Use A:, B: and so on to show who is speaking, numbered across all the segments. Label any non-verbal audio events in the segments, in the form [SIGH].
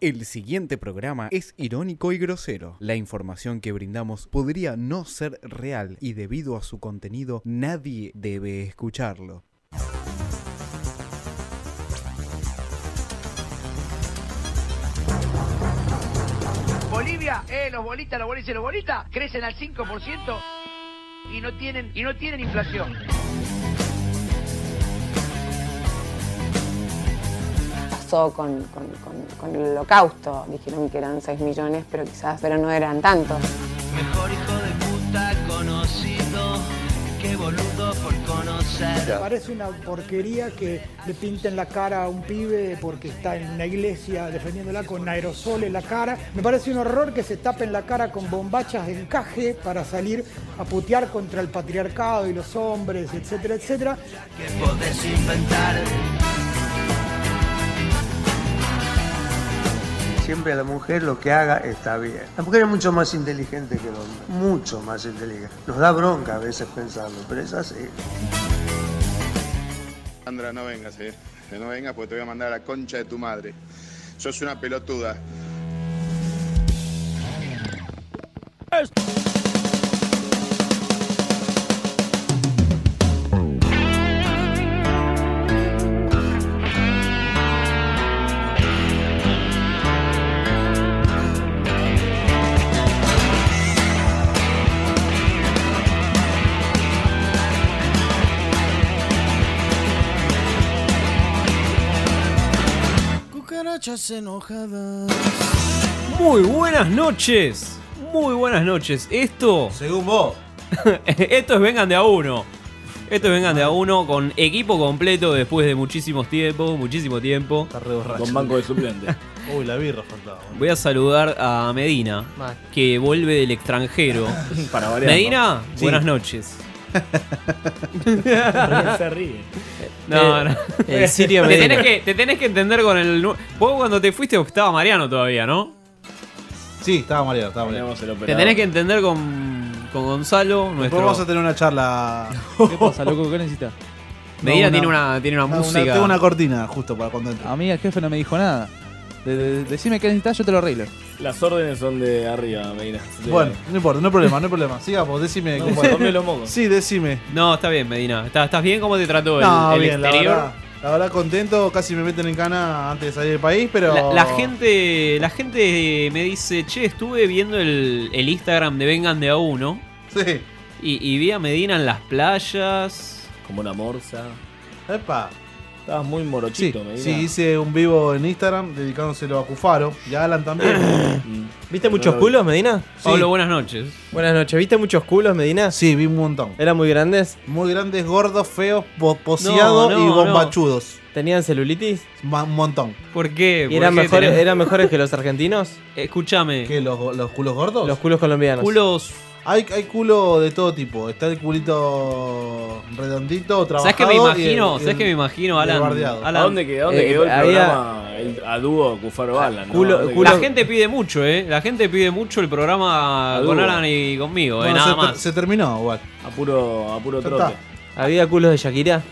A: El siguiente programa es irónico y grosero. La información que brindamos podría no ser real y debido a su contenido nadie debe escucharlo.
B: Bolivia, eh, los bolitas, los bolitas y los bolitas crecen al 5% y no tienen, y no tienen inflación.
C: pasó con, con- con- con el holocausto. Dijeron que eran 6 millones, pero quizás pero no eran tantos.
D: Mejor hijo de puta conocido que boludo por conocer.
E: Parece una porquería que le pinten la cara a un pibe porque está en una iglesia defendiéndola con aerosol en la cara. Me parece un horror que se tapen la cara con bombachas de encaje para salir a putear contra el patriarcado y los hombres, etcétera, etcétera.
D: Que podés inventar.
F: Siempre a la mujer lo que haga está bien. La mujer es mucho más inteligente que el hombre, mucho más inteligente. Nos da bronca a veces pensarlo, pero es así.
G: Sandra, no vengas, eh. No vengas porque te voy a mandar a la concha de tu madre. Sos una pelotuda.
H: Cucarachas enojadas.
I: [LAUGHS]
J: Muy buenas noches. Muy buenas noches. Esto.
H: Según
J: [LAUGHS]
H: vos.
J: esto es Vengan de a uno. Esto es Vengan de a uno con equipo completo después de muchísimos tiempos, muchísimo tiempo.
H: Está re borracho.
K: Con banco de suplente.
H: [LAUGHS] Uy, la birra faltaba. boludo.
J: Voy a saludar a Medina, que vuelve del extranjero.
K: [LAUGHS] Para variar. ¿no?
J: Medina,
H: Sí.
J: buenas noches.
H: Se ríe.
J: No, no. [LAUGHS]
L: El Sirio
J: Te
L: Medina.
J: tenés, que, te tenés que entender con el. nu- Vos cuando te fuiste estaba Mariano todavía, ¿no?
H: Sí, estaba mareado, estaba mareado.
K: Tenemos el
J: Te
K: operador.
J: tenés que entender con, Mm, con Gonzalo,
H: Después vamos a
J: nuestro.
H: tener una charla.
L: [LAUGHS] ¿Qué pasa, loco? ¿Qué necesitas?
J: Medina
H: No,
J: tiene una, tiene una
H: una-
J: música.
H: tengo una cortina justo para cuando entre.
L: A mí el jefe no me dijo nada. De- de- decime qué necesitas, yo te lo arreglo.
K: Las órdenes son de arriba, Medina. De-
H: Bueno, no importa, no hay problema, no hay problema. Sigamos, decime.
K: No,
H: cómo-
K: bueno, ponme los mocos.
H: Sí, decime.
J: No, está bien, Medina. ¿Estás, estás bien? ¿Cómo te trató el,
H: No,
J: el
H: bien, la
J: exterior?
H: verdad. La verdad, contento. Casi me meten en cana antes de salir del país, pero.
J: La, la gente la gente me dice, che, estuve viendo el, el Instagram de Vengan de a uno
H: Sí.
J: y, y vi a Medina en las playas.
K: Como una morsa.
H: Epa.
J: Ah,
K: Estabas muy
H: Sí,
K: morochito, Medina.
H: sí, hice un vivo en Instagram dedicándoselo a Cufaro y a Alan
M: [CLEARS THROAT]
H: también.
K: Mm.
M: ¿Viste muchos culos, Medina?
H: Sí.
J: Pablo, buenas noches.
M: Buenas noches. ¿Viste muchos culos, Medina?
H: Sí, vi un montón.
M: ¿Eran muy grandes?
H: Muy grandes, gordos, feos, po- poseados
J: No, no,
H: y bombachudos.
M: ¿Tenían celulitis?
H: Ma- Un montón.
J: ¿Por qué?
M: ¿Y eran,
J: ¿Por qué
M: mejores,
J: tenés-
M: eran mejores que los argentinos?
J: [LAUGHS] Escúchame,
H: ¿Qué? ¿Los, los culos gordos?
M: Los culos colombianos.
J: culos...
H: Hay, hay culo de todo tipo. Está el culito redondito, trabajado.
J: ¿Sabes qué me
H: y el-
J: imagino?
H: el-
J: ¿Sabes qué me imagino,
H: el
J: Alan?
H: bardeado.
J: Alan,
K: ¿A dónde, que- a dónde
M: Eh,
K: quedó el
M: había-
K: programa el- a dúo Cufaro Alan? no?
M: culo-
K: ¿A dónde
M: culo-
J: La
K: quedó?
J: gente pide mucho, ¿eh? La gente pide mucho el programa
K: A
J: con
K: dúo.
J: Alan y conmigo,
H: No,
J: ¿eh?
H: se,
J: Nada
H: ter-
J: más.
H: se terminó igual.
K: A puro, a puro
H: Ya
K: trote.
H: está.
M: ¿Había culos de Shakira?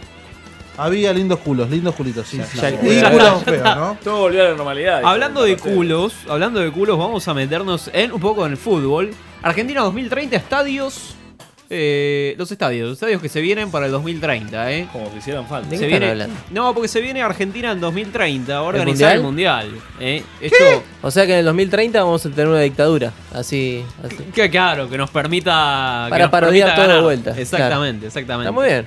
H: Había lindos culos, lindos culitos, sí. sí.
M: ya-
H: y
M: ya-
H: culos feos, ¿no?
K: Todo volvió a la normalidad.
J: Hablando de
K: Dijo, no sé.
J: culos, hablando de culos, vamos a meternos en un poco en el fútbol. Argentina 2030, estadios. eh, los estadios, los estadios que se vienen para el 2030, ¿eh?
K: Como que hicieran falta.
M: ¿De
J: Se
M: qué
J: viene-
M: están hablando?
J: No, porque se viene Argentina en 2030, va a organizar el mundial. ¿eh? Esto,
M: O sea que en el 2030 vamos a tener una dictadura. Así. así.
J: que claro, que nos permita. que
M: Para
J: nos
M: parodiar
J: permita
M: todo de
J: ganar.
M: vuelta, claro.
J: Exactamente, exactamente.
M: Está muy bien.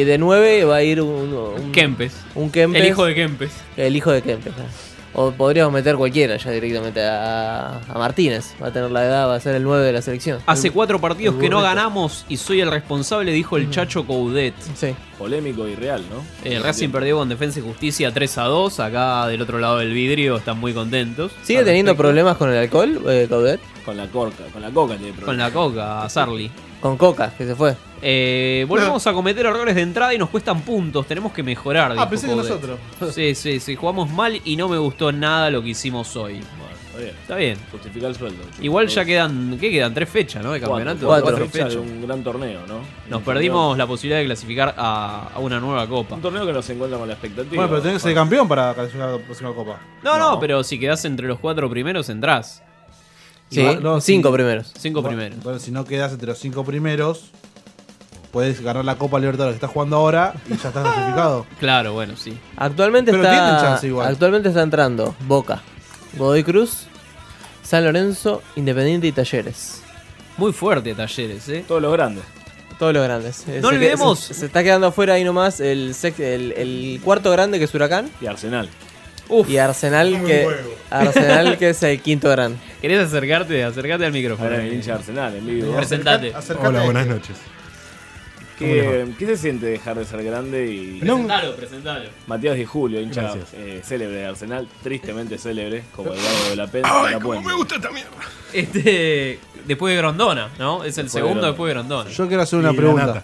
M: Y de 9 va a ir un. un
J: Kempes,
M: Un Kempes.
J: el hijo de Kempes.
M: El hijo de Kempes. claro. O podríamos meter cualquiera ya directamente a, a Martínez. Va a tener la edad, va a ser el 9 de la selección.
J: Hace cuatro partidos que no
M: burrito.
J: ganamos y soy el responsable, dijo el Chacho Coudet. Eh,
M: Sí.
K: Polémico y real, ¿no?
J: El Racing perdió con Defensa y Justicia 3 a 2. Acá del otro lado del vidrio están muy contentos.
M: ¿Sigue
J: Al
M: teniendo
J: respecto.
M: problemas con el alcohol, eh, Caudet?
K: Con la corca, con la coca tiene
J: Con
K: problemas.
J: la coca, Sarli.
M: Con Coca, que se fue.
J: Eh, volvemos a cometer errores de entrada y nos cuestan puntos. Tenemos que mejorar.
H: Ah,
J: dijo
N: [LAUGHS]
H: pensé que
J: Coudet.
H: nosotros.
J: Sí, sí, sí. Jugamos mal y no me gustó nada lo que hicimos hoy.
K: Está bien.
N: Está bien.
K: Justifica el sueldo. Chupa.
N: Igual ya quedan, ¿qué quedan? ¿Tres fechas, no? De
K: Cuatro,
N: campeonato.
K: cuatro fechas de un gran torneo, ¿no?
N: Nos
K: Un
N: perdimos la posibilidad de clasificar a, a una nueva copa.
K: Un torneo que nos encuentra con la expectativa.
H: Bueno, pero tenés que ser campeón para clasificar a la próxima copa.
N: No, no, pero si quedás entre los cuatro primeros, entrás.
J: Sí,
N: Igual-
J: cinco primeros.
N: Cinco
H: Bueno,
N: primeros.
H: Bueno, si no quedas entre los cinco primeros, puedes ganar la Copa Libertadores que estás jugando ahora y ya estás clasificado.
N: Claro, bueno, sí.
J: Actualmente
H: Pero tienen
J: está.
H: chance igual.
J: Actualmente está entrando Boca, Godoy Cruz, San Lorenzo, Independiente y Talleres.
N: Muy fuerte Talleres, ¿eh?
K: Todos los grandes.
J: Todos los grandes. Eh,
N: No
J: se
N: olvidemos-
J: que- Se, se está quedando afuera ahí nomás el, sex- el, el cuarto grande que es Huracán.
K: Y Arsenal.
J: Y Arsenal que,
N: [LAUGHS]
J: Arsenal que es el quinto grande.
N: ¿Querés acercarte? Acercate al micrófono.
K: Ahora el hincha de Arsenal en vivo.
N: Presentate.
O: Hola, buenas noches. ¿Cómo
K: ¿Qué, qué se siente dejar de ser grande y.
N: Presentalo, presentalo.
K: Matías Di Julio, hincha
O: Gracias.
K: eh, célebre de Arsenal, tristemente célebre, como Eduardo de la Pen. de la Puente.
N: Este, después de Grondona, ¿no? Es
K: Después
N: el
K: de
N: segundo
K: Grondona.
N: después de Grondona.
H: Yo quiero hacer una
O: Y la
H: pregunta.
O: nata.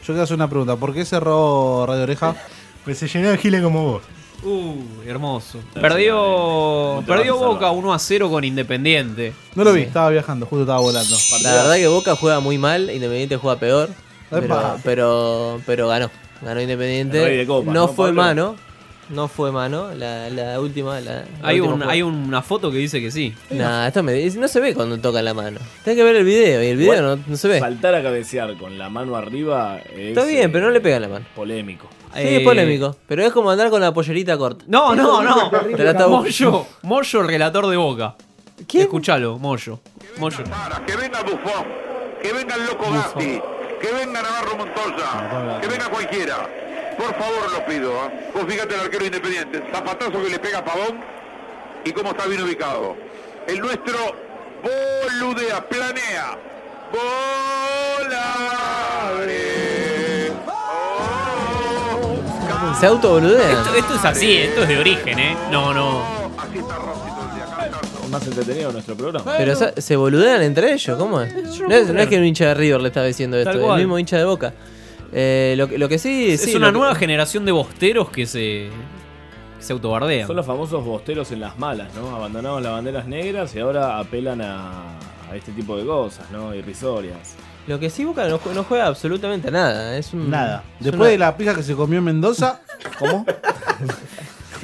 H: Yo quiero hacer una pregunta. ¿Por qué cerró Radio Oreja?
O: Pues se llenó de giles como vos.
N: Uh, hermoso. Perdió,
H: te
N: perdió
H: vas a
N: Boca 1 a 0 con Independiente.
H: No lo vi,
N: Sí.
H: estaba viajando, justo estaba volando.
J: La verdad que Boca juega muy mal, Independiente juega peor. Pero,
H: Epa.
J: pero, pero ganó. Ganó
N: El rey de
J: Independiente. no
N: copas, ¿no,
J: fue
N: Pablo?
J: mano. No fue mano. La, la última. La, la
N: Hay,
J: última
N: un-
J: jugada.
N: hay una foto que dice que sí.
J: Nah, esto me dice- no se ve cuando toca la mano. Tenés que ver el video y el video
K: Igual,
J: no, no se ve.
K: Saltar a cabecear con la mano arriba es. eh,
J: Está bien, pero no le pegan la mano.
K: Polémico.
J: Sí,
N: Eh,
J: es polémico. Pero es como andar con la pollerita corta.
K: [LAUGHS]
N: No, no, no.
J: Te la está-
N: Moyo, Moyo, relator de Boca. ¿Qué? Escuchalo, Moyo. Moyo.
P: Que venga Buffon, que venga el Loco Gatti, que venga Navarro Montoya, que venga cualquiera. Por favor, lo pido. ¿eh? Vos fíjate el arquero independiente, zapatazo que le pega a Pavón y cómo está bien ubicado. El nuestro boludea, planea.
J: Se autoboludean.
N: Esto, esto es así, esto es de origen, ¿eh? No, no.
K: Más entretenido nuestro programa.
J: Pero sa- se boludean entre ellos, ¿cómo es?
K: Yo no
J: No es,
K: puedo
J: no es que
K: creer.
J: un hincha de River le estaba diciendo
K: Tal
J: esto, el
N: cual.
J: mismo hincha de Boca. Eh, lo, que- lo que sí.
N: Es
J: sí,
N: una
J: lo que-
N: nueva generación de bosteros que se, que se autobardean.
K: Son los famosos bosteros en las malas, ¿no? Abandonaron las banderas negras y ahora apelan a, a este tipo de cosas, ¿no? Irrisorias.
J: Lo que sí, Boca no, jue- no juega absolutamente nada. Es un,
H: Nada.
J: es
H: Después
J: una-
H: de la pija que se comió en
J: [LAUGHS]
H: Mendoza, ¿cómo?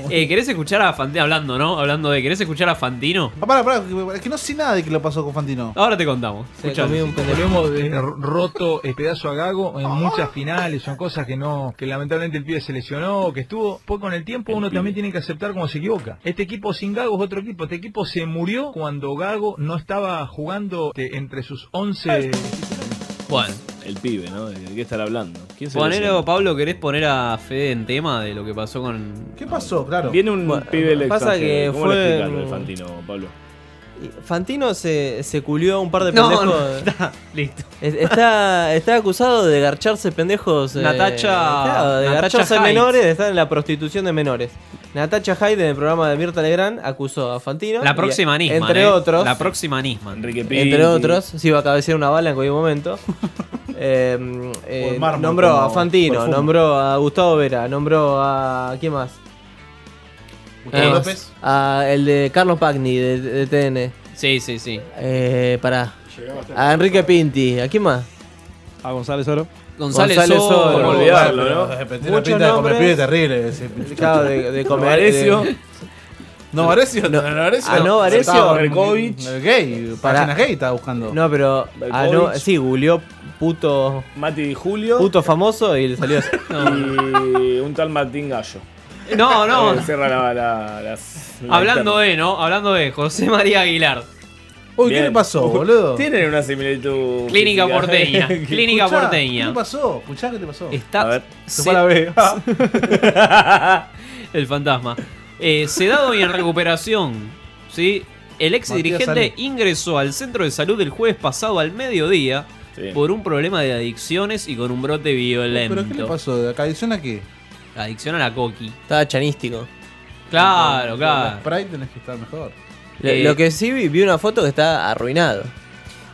N: Eh, ¿Querés escuchar a Fantino? Hablando, ¿no? Hablando de. ¿Querés escuchar a Fantino?
H: Ah, pará, pará, que- es que no sé nada de que lo pasó con Fantino.
N: Ahora te contamos. Escuchá.
F: Volvemos de roto el pedazo a Gago en muchas finales, son cosas que no, que lamentablemente el pibe se lesionó, que estuvo, pues con el tiempo uno también tiene que aceptar cómo se equivoca. Este equipo sin Gago es otro equipo, este equipo se murió cuando Gago no estaba jugando eh, entre sus 11
N: Bueno.
K: El pibe, ¿no? ¿De qué estar hablando? ¿Quién se lesiona?
N: Ponelo, Pablo, ¿querés poner a Fede en tema de lo que pasó con.
H: ¿Qué pasó? Claro.
K: Viene un pibe del
J: pasa
K: extranjero.
J: que
K: ¿Cómo
J: fue-
K: le explicas lo de Fantino, Pablo?
J: Fantino se, se culió a un par de
N: [LAUGHS] No,
J: pendejos.
N: no, está, listo.
J: [LAUGHS] Es- Está, está acusado de garcharse pendejos. eh,
N: Natacha-
J: claro, de
N: Natacha
J: garcharse
N: Haidt.
J: menores, de estar en la prostitución de menores. Natacha Hyde en el programa de Mirta Legrand acusó a Fantino.
N: La
J: y-
N: próxima Nisman.
J: Entre
N: eh.
J: otros.
N: La próxima Nisman.
J: entre otros, si iba a cabecear una bala en cualquier momento. Eh, eh,
N: O el mármol
J: nombró
N: como
J: a Fantino,
N: perfume.
J: nombró a Gustavo Vera, nombró a. ¿Quién más?
N: Gustavo
J: Eh,
N: López.
J: A el de Carlos Pagni de, de TN.
N: Sí, sí, sí.
J: Eh, pará.
N: Llegaba hasta
J: A Enrique Pinti. ¿A quién más? A González Oro.
N: González Soro. Como olvidarlo, ¿no?
H: Tiene la
J: Muchos
H: pinta de comer
J: nombres.
H: pibe terrible
J: [LAUGHS]
H: ese.
J: Claro, de, de comer. eh,
H: Novarecio.
J: de-
H: No, Varecio, no, no, Varecio.
J: Ah, no, Varecio.
H: Gay,
J: Pará.
H: páginas gay estaba buscando.
J: No, pero. Ah, no,
H: Berkovich.
J: sí, googleó puto.
K: Mati Di Julio.
J: Puto famoso y le salió así.
K: Y un tal Martín Gallo.
N: No, no.
K: Eh, Cierra la, la- las-
J: [LAUGHS]
K: la
N: [LAUGHS] Hablando de, ¿no? Hablando de José María Aguilar.
H: Uy,
K: Bien.
H: ¿qué le pasó, boludo?
K: Tienen una similitud.
N: Clínica
K: física.
J: [LAUGHS]
N: porteña.
H: [LAUGHS]
N: Clínica
H: Escuchá,
N: porteña.
H: ¿Qué le pasó? Escuchá, ¿qué te pasó?
N: Está.
H: A ver.
N: se-
H: Se fue a la
N: [LAUGHS]
H: B. Ah.
N: El fantasma. Eh, sedado y en recuperación. ¿sí? El ex
H: Matías
N: dirigente
H: Salé.
N: ingresó al centro de salud el jueves pasado al mediodía
H: Sí.
N: por un problema de adicciones y con un brote violento.
H: ¿Pero qué le pasó? ¿De acá adicción a qué?
N: Adicción a la coqui.
J: Estaba chanístico.
H: Ah,
N: Claro, claro.
H: Sprite tenés que estar mejor.
J: Lo,
N: Eh.
J: lo que sí vi, vi una foto que está arruinado.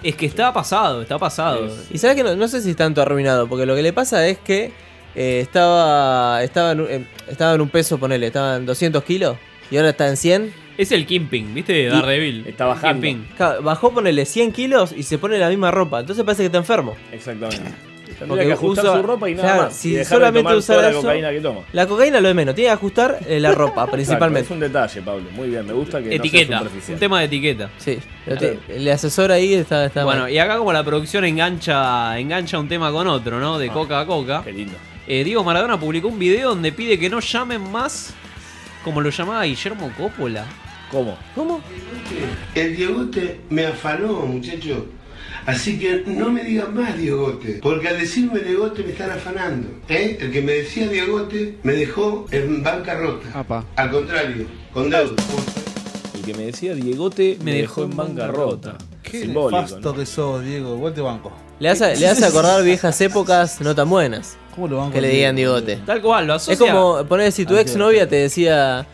N: Es que está pasado, está pasado.
J: Y sabes que no, no sé si es tanto arruinado, porque lo que le pasa es que eh,
M: em,
J: estaba, estaba, en, un- eh, estaba en un peso, ponele, estaba en 200 kilos y ahora está en 100. Es el Kimping, ¿viste? Daredevil.
K: Está bajando.
M: Claro, Bajó, ponele 100 kilos y se pone la misma ropa. Entonces parece que está enfermo.
K: Exactamente. Tendría
M: Porque
K: que ajustar
M: usa-
K: su ropa y nada
M: claro,
K: más. y
M: Si
K: dejar de
M: solamente
K: tomar
M: usara
K: toda la
M: eso-
K: cocaína que toma.
M: La cocaína lo de menos. Tiene que ajustar eh, la ropa principalmente.
K: Exacto, es un detalle, Pablo. Muy bien, me gusta que no sea
J: Etiqueta.
K: superficial.
J: un tema de etiqueta.
M: Sí. Lo te- El asesor ahí está, está
J: Bueno,
M: mal.
J: y acá como la producción engancha, engancha un tema con otro, ¿no?
H: Ah,
J: De coca a coca. Qué
K: lindo.
J: Diego Maradona publicó un video donde pide que no llamen más como lo llamaba Guillermo Coppola.
K: ¿Cómo?
J: ¿Cómo?
Q: El Diegote me afanó, muchacho. Así que no me digan más Diegote, porque al decirme Diegote me están afanando. ¿eh? El que me decía Diegote me dejó en bancarrota. Al contrario, con deuda.
K: El que me decía Diegote me, dejó, en bancarrota.
H: Qué
K: Simbólico,
H: nefasto que sos, Diego. Igual te banco.
M: Le hace, le hace
H: [LAUGHS]
M: acordar viejas épocas no tan buenas.
H: ¿Cómo lo banco
M: Que le
H: al
M: digan
H: Diego?
M: bigote.
J: Tal cual, lo asocia.
M: Es como poner si tu
H: Ah,
J: Al
M: ex novia te decía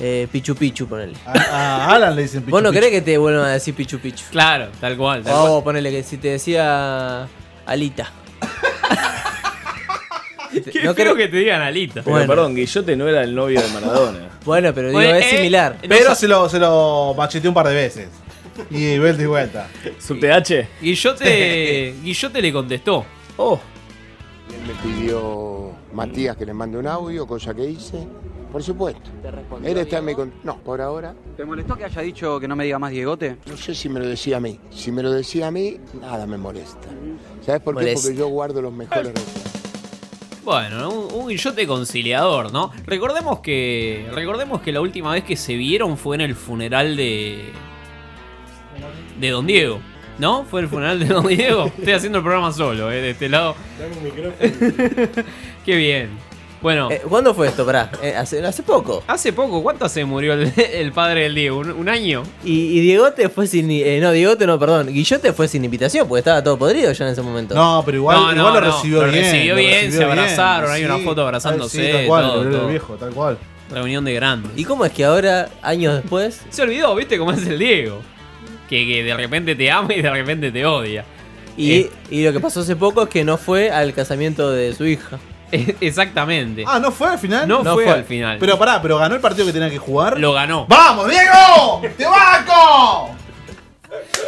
M: eh, Pichu Pichu, ponele.
J: Ah,
H: A Alan le dicen Pichu
M: Vos no
H: Pichu.
M: querés que te vuelvan a decir Pichu Pichu.
J: Claro, tal cual. tal
M: o
J: cual.
M: ponele que si te decía Alita.
J: [LAUGHS] Qué
M: no
J: feo
M: creo-
J: que te digan Alita.
K: Pero perdón, Guillote no era el novio de Maradona.
M: Bueno, pero
J: digo, Bueno, es eh, similar. no
H: Pero
J: sa-
H: se lo, se lo macheteó un par de veces. Y vuelta y
K: [LAUGHS]
H: vuelta.
K: ¿Subth?
M: [LAUGHS]
J: Guillote, Guillote le contestó.
K: Oh.
P: Me pidió Matías que le mande un audio, cosa que hice. Por supuesto. Él está en mi con- No, por ahora.
R: ¿Te molestó que haya dicho que no me diga más Diegote?
P: No sé si me lo decía a mí. Si me lo decía a mí, nada me molesta. ¿Sabes por qué?
J: Molesta.
P: Porque yo guardo los mejores recuerdos.
J: Bueno, un, un guillote conciliador, ¿no? Recordemos que. Recordemos que la última vez que se vieron fue en el funeral de. de Don Diego. ¿No? Fue el funeral de Don Diego. Estoy haciendo el programa solo, eh, de este lado.
O: Dame un micrófono.
J: Qué bien. Bueno.
M: Eh, ¿Cuándo fue esto, pará? Eh, hace, hace poco.
J: Hace poco, ¿cuánto se murió el, [LAUGHS] el padre del Diego? ¿Un, un año?
M: Y, y Diegote fue sin. eh, no, Diegote no, perdón. Guillote fue sin invitación porque estaba todo podrido ya en ese momento.
H: No, pero igual,
J: No, no,
H: igual lo
J: no,
H: recibió
J: lo
H: bien.
J: recibió bien, se abrazaron, hay
H: Sí,
J: una foto abrazándose,
H: sí, tal cual,
J: todo,
H: el
J: todo.
H: viejo, tal cual.
J: Reunión de grandes.
M: ¿Y cómo es que ahora, años después,
J: Se olvidó, ¿viste cómo es el Diego? Que, que de repente te ama y de repente te odia.
M: Y,
J: Eh.
M: y lo que pasó hace poco es que no fue al casamiento de su
J: [LAUGHS]
M: hija.
J: Eh, Exactamente.
H: Ah, ¿no fue al final?
J: No No fue fue. al final.
H: Pero pará, pero ganó el partido que tenía que jugar.
J: Lo ganó.
H: ¡Vamos, Diego! ¡Te banco!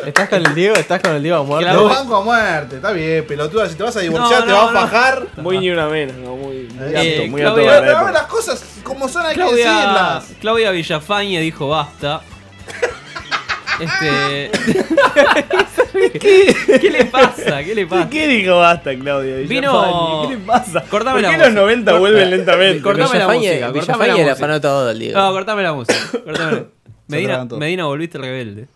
M: ¿Estás con el Diego? ¿Estás con el Diego a muerte?
H: Lo banco a muerte, está bien, pelotuda. Si te vas a divorciar,
K: No,
H: te
K: no,
H: vas a
K: no.
H: fajar.
K: Muy ni una menos, no, muy, muy
J: Eh,
K: apto, muy
J: Claudia-
K: apto para
J: Pero
K: la
H: Pero
K: época.
H: ahora las cosas como son hay que
J: Claudia,
H: decirlas.
J: Claudia Villafañe
H: [LAUGHS]
J: dijo basta. Este. [LAUGHS] ¿Qué le pasa? ¿Qué le pasa?
K: ¿Qué dijo basta, Claudia?
J: Vino.
K: ¿Qué le pasa?
J: Cortame
K: ¿Por
J: la
K: qué
J: música.
K: los 90 vuelven lentamente?
J: Cortame la
M: Villafañe-
J: música. cortame
M: Villafañe la
J: música.
M: afanó todo el Diego.
J: No, cortame la música.
K: [LAUGHS]
J: cortame la- Medina,
H: atragantó.
J: Medina, volviste rebelde.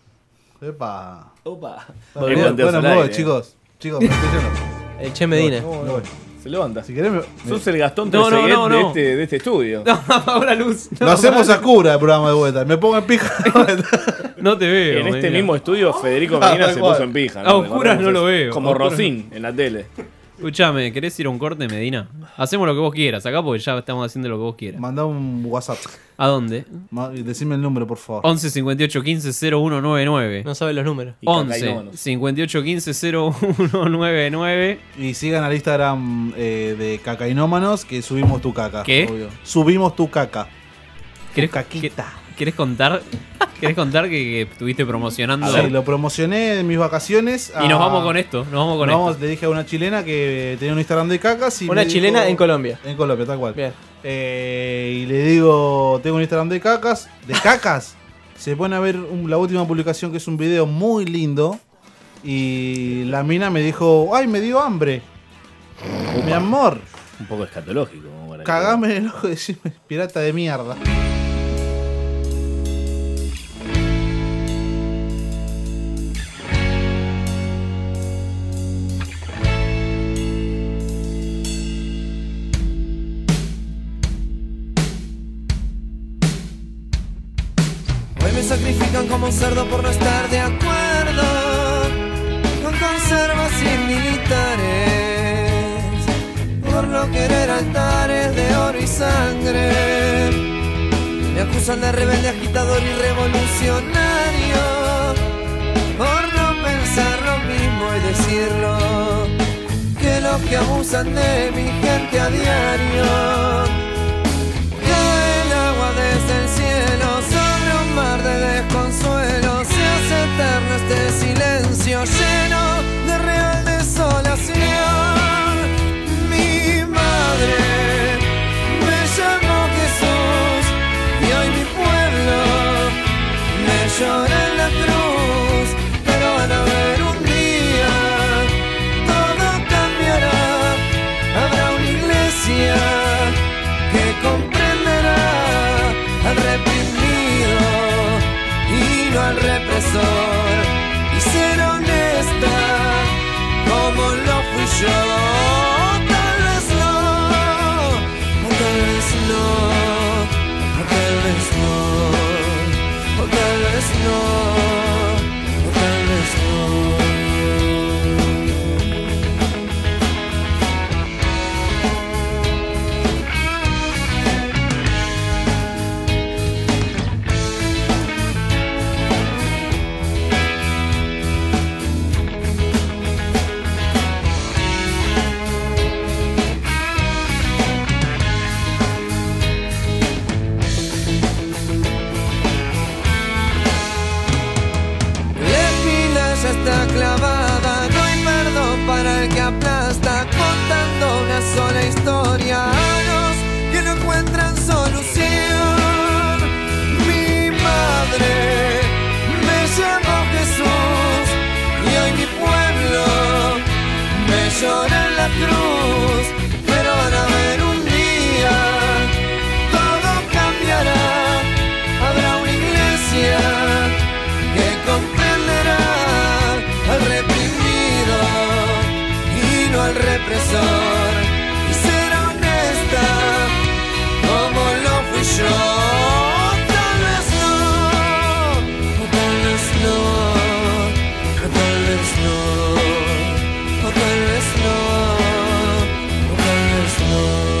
H: Epa.
K: Opa.
H: Bueno,
K: Volvió Teo
H: bueno,
K: Solari,
H: vos,
K: eh.
H: chicos. Chicos, me estoy yendo.
M: El Eh, Che Medina.
H: No, no, no.
K: Se levanta.
H: Si querés, me-
K: Sos el Gastón
J: No, no,
K: Trezeguet de,
J: no, [LAUGHS] no.
K: este, de este estudio.
J: Apaga la luz.
H: Lo hacemos a cura el programa de vuelta. Me pongo en pija.
J: [LAUGHS] No te veo.
K: En este
J: Medina.
K: mismo estudio Federico
J: Ah,
K: Medina
J: tal
K: se
J: cual.
K: puso en pija.
J: A oscuras no lo veo. A
K: Como
J: oscuras.
K: Rosín en la tele.
J: Escuchame, ¿querés ir a un corte, Medina? Hacemos lo que vos quieras acá porque ya estamos haciendo lo que vos quieras.
H: Mandá un WhatsApp.
J: ¿A dónde?
H: Ma- Decime el número, por favor.
J: 11 58 15 0199.
M: No sabe los números.
H: Y
J: 11
H: cocainómanos.
J: 58 15 0199.
H: Y sigan al Instagram eh, de Cacainómanos que subimos tu caca.
J: ¿Qué?
H: Ah, obvio. Subimos tu caca.
J: ¿Querés, que- ¿Querés contar? [LAUGHS] ¿Querés contar que, que estuviste promocionando?
H: Sí, lo promocioné en mis vacaciones.
J: Y nos vamos con esto, nos vamos con
H: Nos le dije a una chilena que tenía un Instagram de cacas. y
M: Una
H: me
M: chilena
H: dijo-
M: en Colombia.
H: En Colombia, tal cual.
M: Bien.
H: Eh, y le digo, tengo un Instagram de cacas.
J: [LAUGHS]
H: ¿De cacas? Se pone a ver un- la última publicación que es un video muy lindo. Y la mina me dijo, ay, me dio hambre. Mi amor,
K: Un poco escatológico. como para que-
H: cagame en el ojo y decime, pirata de mierda.
I: Hoy me sacrifican como un cerdo por no estar de acuerdo con conservas y militares, por no querer altares de oro y sangre. Me acusan de rebelde, agitador y revolucionario, por no pensar lo mismo y decirlo que los que abusan de mi gente a diario. Cae el agua desde el cielo sobre un mar de este llora en la cruz, pero van a ver un día, todo cambiará, habrá una iglesia que comprenderá al reprimido y no al represor, y será honesta como lo fui yo. Tal vez no, tal vez no, tal vez no. O tal vez no, o tal vez no.
S: Y
I: espina ya está clavada, no hay perdón para el que aplasta, contando una sola historia a los que no encuentran solución. Mi madre me llamó Jesús y hoy mi pueblo me llora en la cruz, pero van a ver un día, todo cambiará, habrá una iglesia que comprenderá al reprimido y no al represor y será honesta como lo fui yo. Tal vez no, o tal vez no, o tal vez no, o tal vez no, o tal vez no.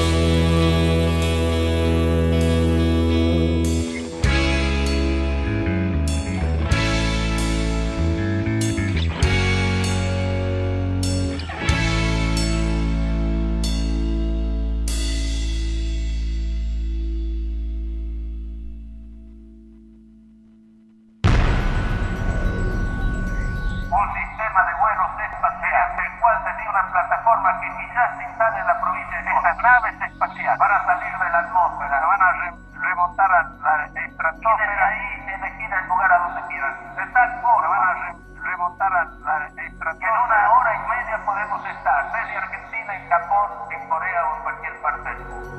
S: Un sistema de vuelos espacial, el cual tenía una plataforma que quizás se instale en la provincia. Estas naves espaciales van a salir de la atmósfera, van a re- remontar a la estratosfera y elegir el lugar a donde quieran. De tal forma van a re- remontar a la estratosfera. Y en una hora y media podemos estar desde Argentina, en Japón, en Corea o en cualquier parte del mundo.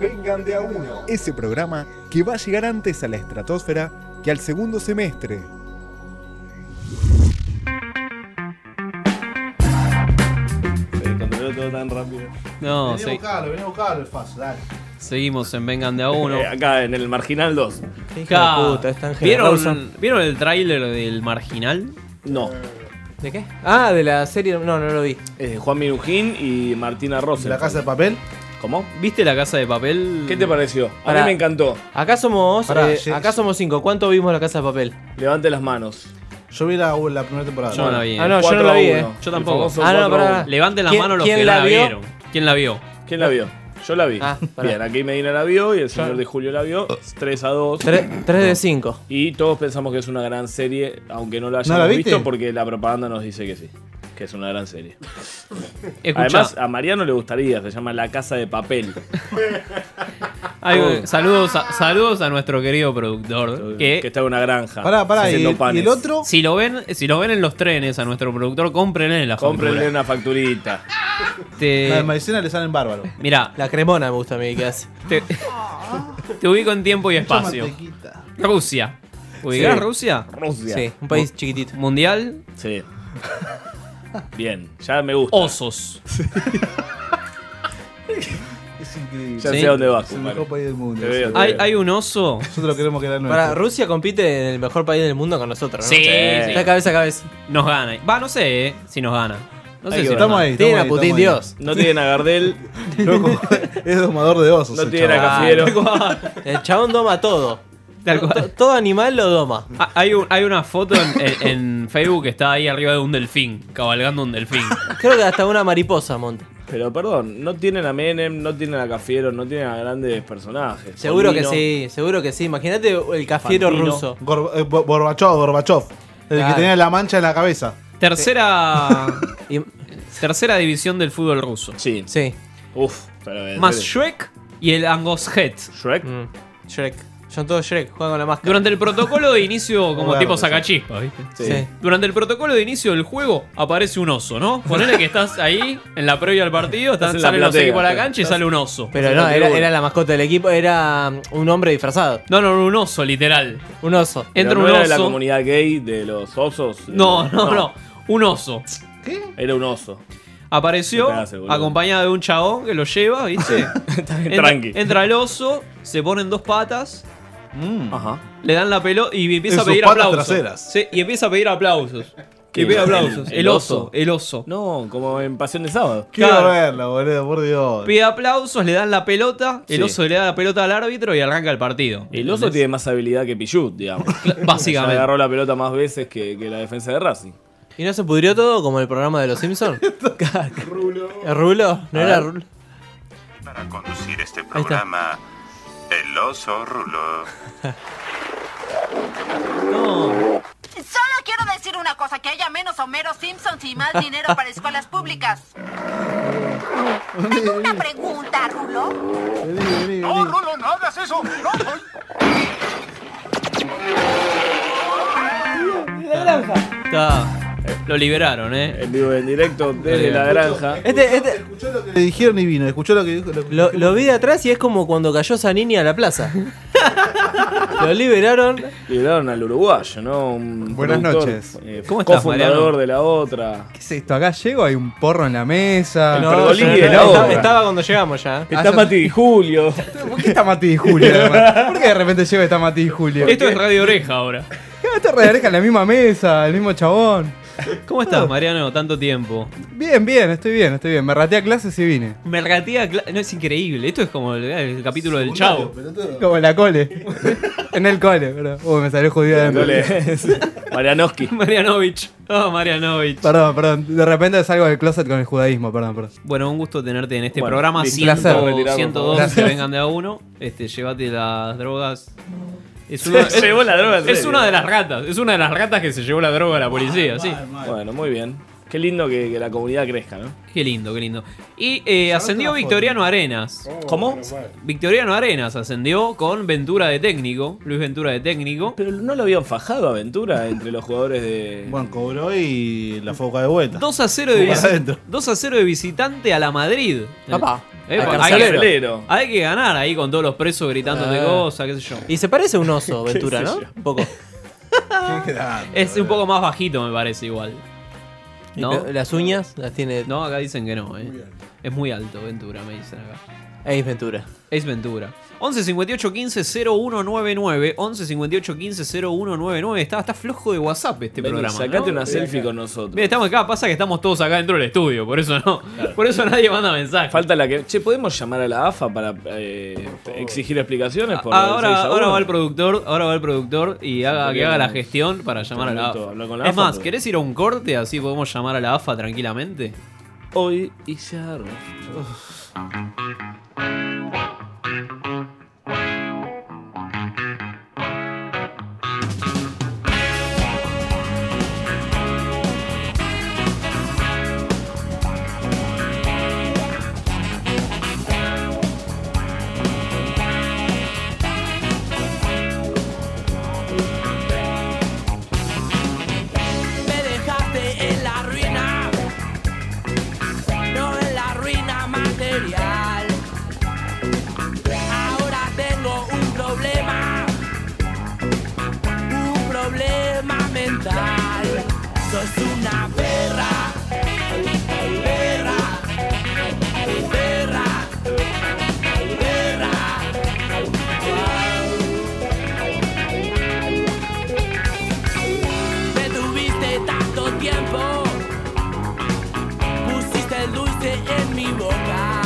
A: Vengan de a uno. Ese programa que va a llegar antes a la estratosfera que al segundo semestre.
K: Se controló todo tan rápido.
J: No,
H: Vení a
J: sí.
H: buscarlo, vení a buscarlo, es fácil, dale.
J: Seguimos en Vengan de a uno.
K: [LAUGHS] Eh, acá, en el Marginal 2.
J: Acá.
M: Rosa.
J: ¿Vieron, ¿Vieron el tráiler del Marginal?
K: No.
M: ¿De qué? Ah, de la serie. No, no lo vi.
K: Juan Minujín y Martina Rosa.
M: ¿La Casa de
K: Papel? ¿Cómo?
J: ¿Viste la Casa de Papel?
K: ¿Qué te pareció? A
M: Pará.
K: mí me encantó.
M: Acá somos.
K: Pará,
M: eh,
K: sí,
M: acá somos cinco. ¿Cuánto vimos la casa de papel?
K: Levante las manos.
H: Yo vi la, la primera temporada.
J: Yo no la vi.
M: Ah, no, yo no la vi, eh.
J: Yo tampoco.
M: Ah, no, pará.
J: Levanten las
M: ¿Quién-
J: manos los
M: quién
J: que
M: la
J: la
M: vio?
J: vieron. ¿Quién la vio?
K: ¿Quién la vio? Yo la vi.
M: Ah, pará.
K: Bien, aquí Medina la vio y el señor de Julio la vio.
H: Oh.
K: 3 a 2. 3,
M: de 5.
K: Y todos pensamos que es una gran serie, aunque no la hayamos
M: la viste?
K: visto porque la propaganda nos dice que sí. Que es una gran
M: [LAUGHS]
K: serie.
J: Escuchá.
K: Además, a Mariano le gustaría, se llama La Casa de Papel.
J: Ay,
K: Oh.
J: eh, saludos, a, saludos a nuestro querido productor. Que,
K: está en una granja.
H: Pará, pará, haciendo ¿y el- panes. y el otro?
J: Si lo, ven, si lo ven en los trenes a nuestro productor, cómprenle la
K: Cómprenle una facturita.
J: Te-
H: La de Maicena le salen bárbaro.
C: [LAUGHS]
J: Mira.
M: La cremona me gusta a mí que hace.
J: Te, te ubico en tiempo y espacio.
H: mantequita.
J: Rusia. ¿Ubicás
M: Sí.
J: Rusia?
K: Rusia.
M: Sí, un país
J: Mu-
M: chiquitito.
J: ¿Mundial?
M: [LAUGHS]
K: Sí. Bien, ya me gusta.
J: Osos.
H: Es increíble.
K: [LAUGHS] Ya sé a dónde vas,
H: Es el
K: compadre.
H: mejor país del mundo.
K: Te veo, te
J: Hay, hay un oso.
H: [LAUGHS] Nosotros queremos que era
M: Para,
H: nuestro.
M: Rusia compite en el mejor país del mundo con nosotros, ¿no?
J: Sí, sí.
M: Está cabeza a cabeza.
J: Nos gana. Va, no sé eh, si nos gana. No sé
K: Ahí
J: si
K: va.
J: nos gana.
M: Tienen a Putin, Dios.
K: No tienen a Gardel.
H: Es domador de osos. [LAUGHS]
K: No
H: el
K: tiene
H: chabón.
K: la
M: Ah,
K: Cafiero.
M: [LAUGHS] El chabón doma todo. To- Todo animal lo doma.
J: Ah, Hay, un- hay una foto en, en- en Facebook que está ahí arriba de un delfín, cabalgando un delfín.
M: Creo que hasta una mariposa monta.
K: Pero perdón, no tienen a Menem, no tienen a Cafiero, no tienen a grandes personajes.
M: Seguro que
K: Polino.
M: sí, seguro que sí. Imagínate el cafiero
K: Fantino.
M: ruso.
H: Gor- eh, Bo- Borbachov, Borbachov. El
M: Claro.
H: que tenía la mancha en la cabeza.
J: Tercera. tercera división del fútbol ruso.
M: Sí. Sí.
K: Uf, pero.
J: Más Shrek y el Angoshet.
K: Shrek.
M: Shrek.
T: Son todos Mm. Shrek, juegan con la máscara.
J: Durante el protocolo
T: [LAUGHS]
J: de
M: eh,
J: inicio, como
T: Claro,
J: tipo
T: sí.
J: sacachispa, ¿viste?
T: Sí. Sí.
J: Durante el protocolo de inicio del juego aparece un oso, ¿no? Ponele que estás ahí, en la previa al partido, están,
T: Estás en la
J: salen los
T: platea,
J: equipos a la
T: claro.
J: cancha y sale un oso.
T: Pero no, era, era la mascota del equipo, era um, un hombre disfrazado.
J: No, no, un oso, literal.
T: Un oso.
J: Entra
K: Pero
J: un
K: no era de
J: oso.
K: la comunidad gay de los osos? eh,
J: No, no, no, Un oso. ¿Qué?
K: Era un oso.
J: Apareció
K: Te cagaste, boludo.
J: acompañado de un chabón que lo lleva, ¿viste?
K: [LAUGHS]
J: entra,
K: tranqui.
J: entra el oso, se pone en dos patas. Mm.
K: Ajá.
J: Le dan la pelota y empieza
K: En
J: a pedir
K: sus patas
J: aplausos.
K: traseras.
J: Sí, y empieza a
K: [LAUGHS]
J: pedir aplausos. Y pide aplausos. El, oso.
K: el
J: oso.
K: No, como en Pasión de Sábado.
J: Quiero Claro.
K: verla, boludo, por Dios.
J: Pide aplausos, le dan la pelota, el
K: Sí.
J: oso le da la pelota al árbitro y arranca el partido.
K: El oso tiene más habilidad que Pichut,
J: [LAUGHS]
K: digamos.
J: básicamente.
K: Ya agarró la pelota más veces que, que la defensa de Racing.
T: ¿Y no se pudrió todo como el programa de los
K: [LAUGHS]
T: Simpsons?
K: Rulo.
T: ¿El Rulo? ¿No
K: A
T: era
K: ver.
T: Rulo?
O: Para conducir este
T: está.
O: programa, el oso rulo.
U: Solo quiero decir una cosa, que haya menos Homero Simpson y más dinero para escuelas públicas. Tengo una pregunta, Rulo.
T: Ah.
V: No, Rulo, no hagas eso. No, soy-
J: Está. Lo liberaron, ¿eh?
K: En vivo, en directo, desde
J: Bien.
K: la granja.
T: Este, este,
H: Le dijeron y vino, escuchó lo que dijo. Lo,
T: lo, lo vi de atrás y es como cuando cayó Zanini a la
H: [LAUGHS]
T: plaza. lo liberaron.
K: Liberaron al uruguayo, ¿no? Un
W: Buenas
K: productor,
W: noches.
K: eh,
W: ¿Cómo estás,
K: cofundador
W: Mariano?
K: de la otra.
W: ¿Qué es esto? Acá llego, hay un porro en la mesa.
T: No,
W: Perdón,
T: yo no-
W: que no.
T: estaba, estaba cuando llegamos ya.
W: Está Ah, ya- Mati
K: y Julio.
W: [LAUGHS] ¿Por qué está Mati y Julio? además? ¿Por qué de repente lleva está Mati y Julio?
J: Esto es Radio Oreja ahora.
W: Está re oreja en la misma mesa, el mismo chabón.
J: ¿Cómo estás, Mariano? Tanto tiempo.
W: Bien, bien, estoy bien, estoy bien. Me rateé a clases y vine.
J: Me ratea. cla- No, es increíble. Esto es como el, el capítulo del Chavo.
W: Como en la [LAUGHS] cole. en el cole, bro. Uy, me salió judío de
K: [LAUGHS] Marianoski.
J: [LAUGHS] Marianovich. Oh, Marianovich.
W: [LAUGHS] Perdón, perdón. De repente salgo del closet con el judaísmo, perdón, perdón.
J: Bueno, un gusto tenerte en este
W: Bueno,
J: programa.
W: un
J: 100,
W: placer. Retirado,
J: 102
W: por
J: que
W: favor.
J: vengan de a uno. Este, llévate las drogas. Es
K: Se [LAUGHS] llevó la droga, en
J: es
K: serio.
J: una de las ratas. Es una de las ratas que se llevó la droga a la policía, sí.
K: Bueno, muy bien. Qué lindo que, que la comunidad crezca, ¿no?
J: Qué lindo, qué lindo. Y eh, ascendió Victoriano Arenas.
K: Oh, ¿Cómo?
J: Victoriano Arenas ascendió con Ventura de técnico. Luis Ventura de técnico.
K: Pero no lo habían fajado a Ventura entre los jugadores de.
H: Bueno, cobró y la foca de vuelta.
J: 2 a 0 de,
H: Para
J: visi- 2 a 0 de visitante a la Madrid.
T: Papá.
J: Eh,
T: Al
J: hay, que,
T: carcelero.
J: hay que ganar ahí con todos los presos gritando de
T: Ah.
J: cosas, qué sé yo.
T: Y se parece a un oso,
J: [LAUGHS]
T: Ventura,
J: sé
T: ¿no?
J: yo.
T: Un poco.
J: Ah. Es un poco más bajito, me parece, igual.
T: Y
J: ¿No?
T: pero ¿Las uñas? Las tiene.
J: No, acá dicen que no, eh. es muy alto, Ventura, me dicen acá.
T: Ace Ventura.
J: Ace Ventura. 11 58 15 0199 11 58 15 0199 está, está flojo de WhatsApp este
K: Vení,
J: programa.
K: sacate
J: ¿no?
K: una selfie con nosotros.
J: Mira, estamos acá, pasa que estamos todos acá dentro del estudio, por eso no. Por eso nadie manda mensaje.
K: Falta la que. Che, ¿podemos llamar a la AFA para eh, exigir explicaciones? Por lo del
J: Ahora,
K: 6 a 1?
J: ahora va el productor, ahora va el productor y haga, que
K: bien.
J: haga la gestión para llamar a la
K: Perfecto,
J: AFA.
K: habla con la
J: es
K: AFA,
J: más,
K: pero-
J: ¿querés ir a un corte así podemos llamar a la AFA tranquilamente?
K: Hoy hice arroz.
N: Me dejaste en la ruina, no en la ruina material. Ahora tengo un problema, un problema mental. Sos una perra, perra, perra, perra. Me tuviste tanto tiempo, pusiste el dulce en mi boca.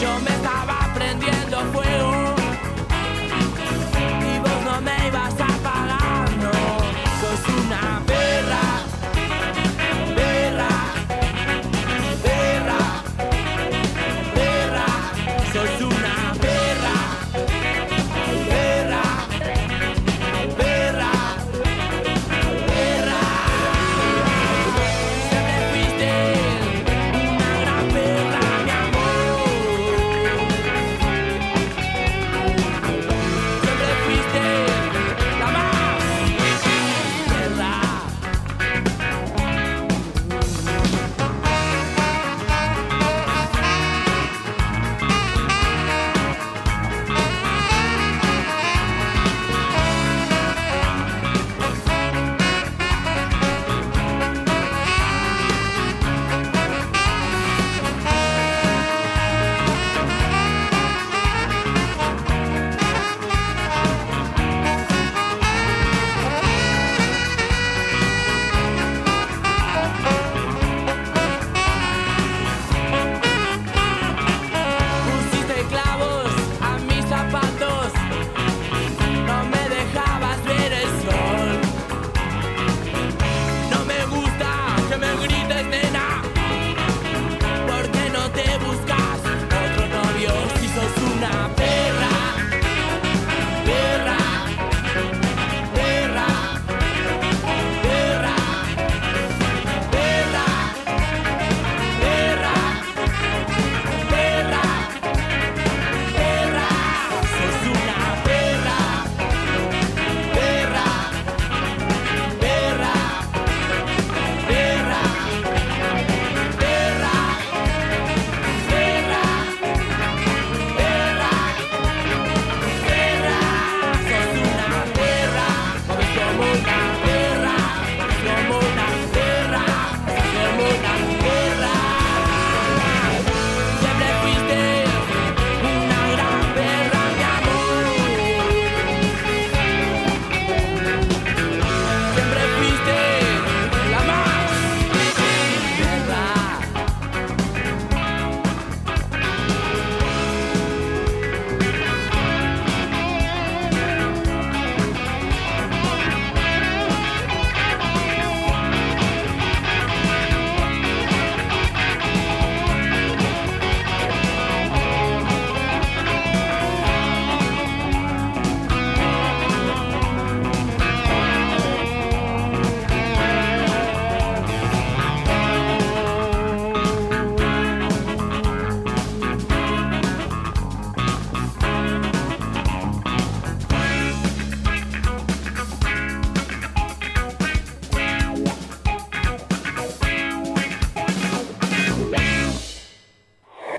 N: Yo me estaba prendiendo fuego y vos no me ibas a pagar, no. Sos una perra,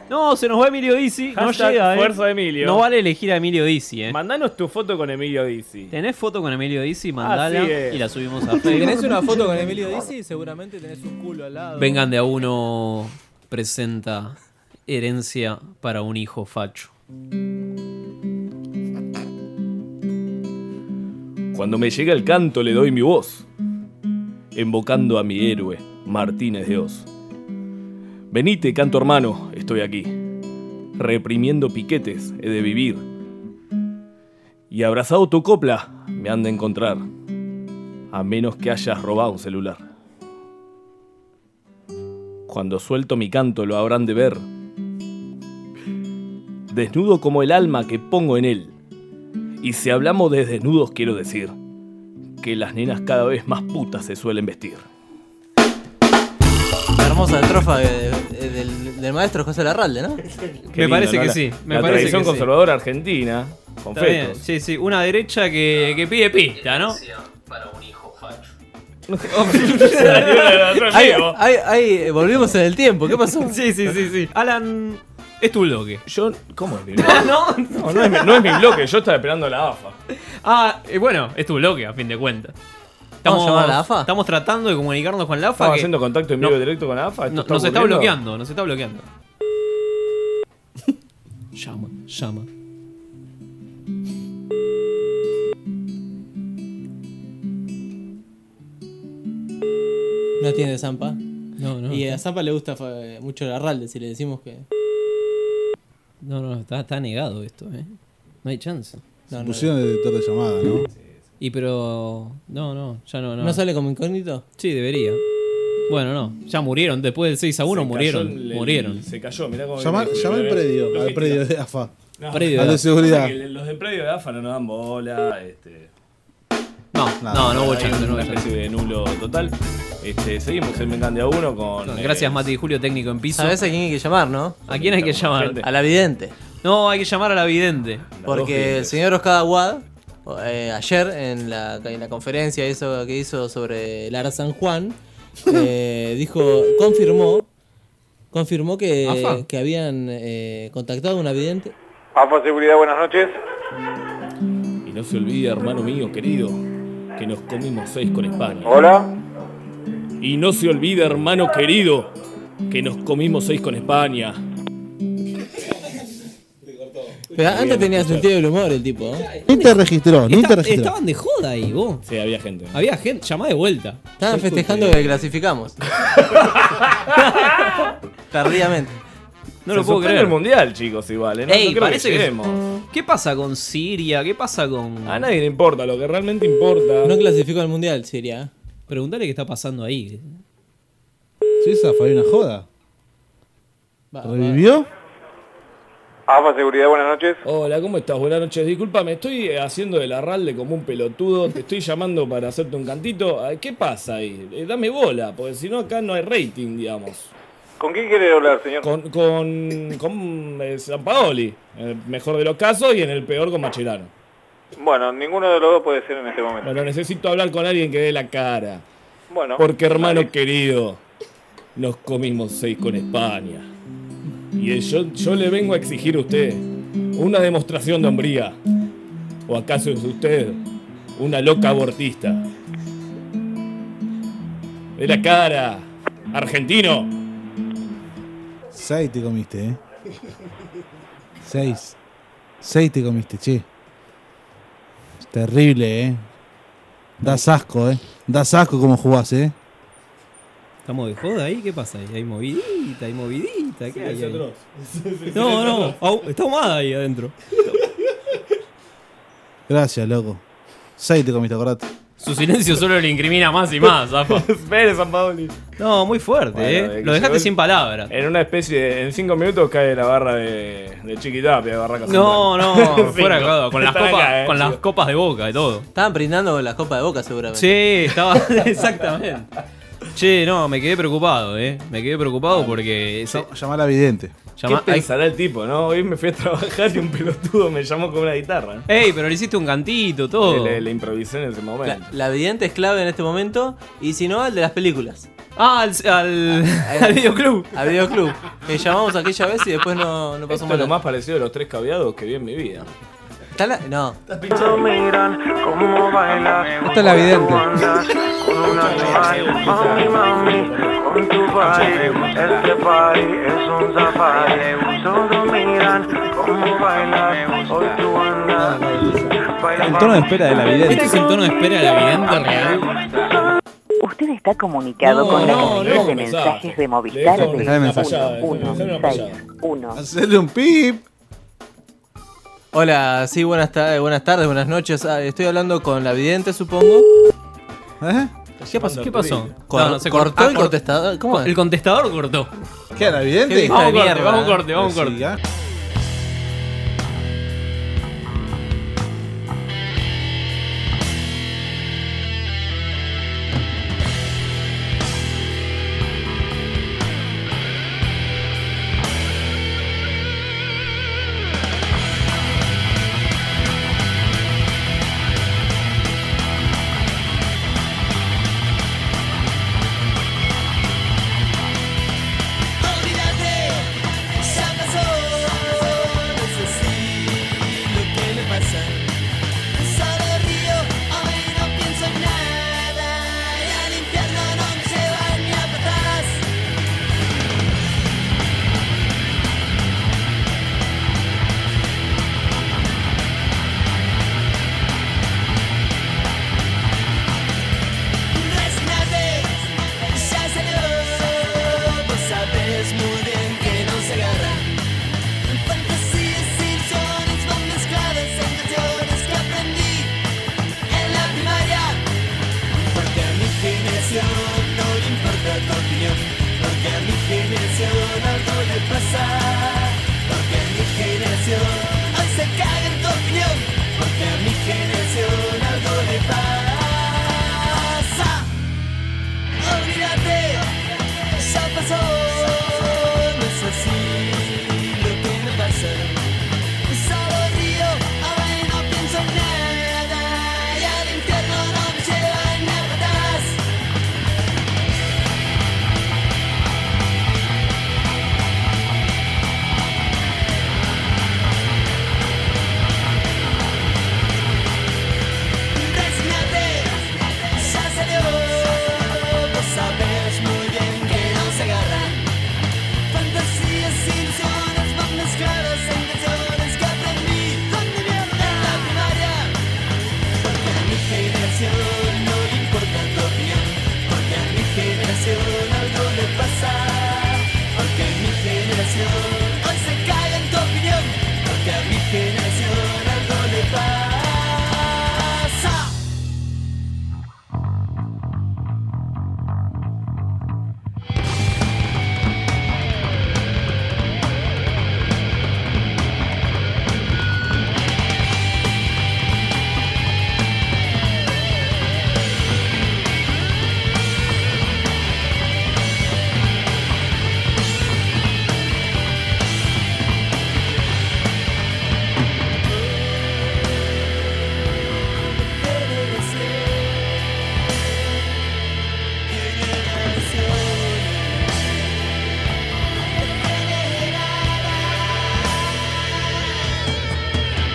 J: No, se nos va Emilio Dizzy. No
K: Hashtag
J: llega, eh.
K: fuerza Emilio.
J: No vale elegir a Emilio Dizzy, eh.
K: Mandanos tu foto con Emilio Dizzy.
J: ¿Tenés foto con Emilio Dizzy? Mandala
K: Así es.
J: y la subimos a
K: Si [LAUGHS]
J: Facebook.
K: tenés una
W: foto con Emilio Dizzy, seguramente tenés un culo al lado.
J: Vengan de a uno presenta herencia para un hijo facho.
K: Cuando me llega el canto le doy mi voz, invocando a mi héroe, Martínez de Oz. Venite, canto hermano, estoy aquí. Reprimiendo piquetes he de vivir. Y abrazado tu copla me han de encontrar, a menos que hayas robado un celular. Cuando suelto mi canto lo habrán de ver, desnudo como el alma que pongo en él. Y si hablamos de desnudos, quiero decir que las nenas cada vez más putas se suelen vestir.
M: La hermosa estrofa de- de- del, del maestro José Larralde, ¿no?
J: Me parece que sí. Me
K: la
J: parece
K: tradición
J: que sí.
K: conservadora argentina, con
J: Está bien,
K: fetos.
J: Sí, sí, una derecha que, que pide pista, ¿no? oh, [LAUGHS]
M: Ay, ay, ay,
J: eh,
M: volvimos en el tiempo, ¿qué pasó?
J: Sí, sí, sí, sí. Alan, es tu bloque.
K: Yo, ¿cómo es mi
J: bloque? [LAUGHS] no,
K: No, no es, mi, no es mi bloque, yo estaba esperando la AFA.
J: Ah, eh, bueno, es tu bloque, a fin de cuentas.
K: ¿Vamos a llamar a la AFA?
J: Estamos tratando de comunicarnos con la AFA.
K: ¿Estamos
J: que
K: haciendo contacto en vivo
J: No.
K: y directo con la AFA? ¿Esto
J: no- nos está
K: ocurriendo?
J: bloqueando, nos está bloqueando. Llama, llama.
B: No atiende Zampa.
J: No, no.
B: Y a Zampa le gusta eh, mucho el Arralde, si le decimos que.
J: No, no, está, está negado esto, ¿eh? No hay chance.
B: No, no.
C: Pusieron el detector de llamada, ¿no?
J: Y pero. No, no, ya no, no.
B: ¿No sale como incógnito?
J: Sí, debería. Bueno, no. Ya murieron. Después del 6 a 1
K: Se
J: murieron.
K: cayó el- el-
J: murieron.
K: Se cayó, mirá cómo.
C: Llama, llama al predio, al
K: Logística.
C: predio de AFA.
K: No.
C: a la seguridad.
K: Pasa que Los del predio de AFA no nos dan bola. Este...
J: No, no, no hubo chance,
K: hay
J: no hubo
K: una especie de nulo total. Este, seguimos en Vengan de a uno con. eh,
J: Gracias, Mati y Julio, técnico en piso.
M: ¿Sabés a quién hay que llamar, no?
J: ¿A quién hay que llamar?
M: A la vidente.
J: No, hay que llamar a la vidente.
M: Porque el señor Oscar Aguad, eh, ayer en la, en la conferencia eso que hizo sobre Lara San
J: [LAUGHS]
M: Juan,
B: eh, dijo, confirmó, confirmó que,
M: Afa.
B: que habían eh, contactado a un vidente.
K: AFA Seguridad, buenas noches. Y no se olvide, hermano mío querido, que nos comimos seis con España. Hola. Y no se olvide, hermano querido, que nos comimos seis con España.
B: Pero antes tenía sentido del humor el tipo. ¿eh?
C: Ni te registró, ni te
J: Está-
C: registró.
J: estaban de joda ahí, vos.
K: Sí, había gente.
J: Había gente. Llamá de vuelta.
M: estaban festejando que
J: [LAUGHS]
M: clasificamos. Tardíamente.
J: No lo puedo
K: suspende
J: creer.
K: el mundial, chicos, igual. ¿eh? No,
J: Ey,
K: no creo
J: parece
K: que
J: que-
K: lleguemos.
J: ¿Qué pasa con Siria? ¿Qué pasa con.?
K: A nadie le importa, lo que realmente importa.
B: No clasificó al mundial, Siria.
J: Preguntale qué está pasando ahí.
C: Sí, esa fue una joda. ¿Revivió?
K: AFA Seguridad, buenas noches. Hola, ¿cómo estás? Buenas noches. Disculpame, estoy eh, haciendo el arralde como un pelotudo. Te estoy llamando para hacerte un cantito. Ah, ¿Qué pasa ahí? Eh, dame bola, porque si no acá no hay rating, digamos.
E: ¿Con quién quiere hablar, señor?
K: Con, con, con eh, San Paoli, en el mejor de los casos, y en el peor con Macherano.
E: Bueno, ninguno de los dos puede ser en este momento.
K: Bueno, necesito hablar con alguien que dé la cara.
E: Bueno,
K: Porque, hermano querido, nos comimos seis con España. Y eh, yo, yo le vengo a exigir a usted una demostración de hombría. ¿O acaso es usted una loca abortista? De la cara, argentino.
C: Seis te comiste, ¿eh? Seis. Seis te comiste, che. Terrible, ¿eh? Das asco, ¿eh? Das asco como jugás, ¿eh?
J: ¿Estamos de joda ahí? ¿Qué pasa ahí? Hay movidita, hay movidita. ¿Qué hay ahí?
K: [LAUGHS]
J: No, no. au- Está ahumada ahí adentro.
C: Gracias, loco. Seis te comiste, acordate.
J: Su silencio solo le incrimina más y más,
K: [LAUGHS]
J: Zafa.
K: Pérez, San Paoli.
J: No, muy fuerte, ¿eh? Lo dejaste sin palabras.
K: En una especie de, En cinco minutos cae la barra de, de Chiquitapia, de Barraca
J: No,
K: [LAUGHS] Central.
J: no, fuera de
K: Cinco.
J: joda, con las
K: Están
J: copas,
K: acá, eh,
J: con las
K: chicos.
J: copas de boca y todo.
M: Estaban brindando con la copa de boca seguramente.
C: [LAUGHS]
J: Sí, estaba [LAUGHS] exactamente. Che, no, me quedé preocupado, eh. Me quedé preocupado porque ese-
C: Ah, Llamá a la vidente.
J: Llama-
K: ¿Qué
J: hay-
K: pensará el tipo, no? Hoy me fui a trabajar y un pelotudo me llamó con una guitarra.
J: Ey, pero le hiciste un cantito, todo.
K: Le- le- le improvisé en ese momento.
M: La, la vidente es clave en este momento. Y si no, el de las películas. Ah,
J: Ah, al, al, al videoclub.
M: Al videoclub. Que llamamos aquella vez y después no, no pasó
K: Esto es lo
M: nada.
K: más parecido de los tres caviados que vi en mi vida.
M: Está la- No.
W: Esta es la vidente.
I: Este
L: El tono de espera de la vidente.
J: ¿Este es el tono de espera de la vidente real?
D: Usted está comunicado con la terminal de mensajes de Movistar
L: Dejá de
D: de
L: mensajear,
D: 161.
M: Hacerle un pip. Hola, sí, buenas, ta- eh, buenas tardes, buenas noches. Ah, estoy hablando con la vidente, supongo.
C: ¿Eh?
J: ¿Qué pasó? ¿Qué pasó?
M: Cor- cortó el
J: contestador. ¿Cómo El contestador cortó.
H: ¿Qué era evidente?
J: Qué lista Vamos de corte, mierda.
M: eh.
J: ¿eh? vamos corte, vamos corte.
H: ya.
I: Ya pasó, es así lo que me pasa. Solo río, hoy no pienso en nada. Y al infierno no me llevan ni a patadas. Resnate, ya salió. Vos sabés muy bien que no se agarra. Fantasías sin sones van mezcladas en canciones que aprendí en la primaria. Porque a mi generación no le importa tu opinión. Porque a mi generación algo le pasa. Porque a mi generación hoy se caga en tu opinión. Porque a mi generación algo le pasa. Olvídate, ya pasó. No es así lo que me pasa. Solo río, ahora no pienso en nada. Y al infierno no me llevan a patadas. Resnate, ya salió. Vos sabés muy bien que no se agarra. Fantasías sin zonas van mezcladas en canciones que aprendí donde mierda en la primaria. Porque a mi generación no le importa tu opinión. Porque a mi generación algo le pasa. Porque a mi generación hoy se cae en tu opinión. Porque a mi generación algo le pasa.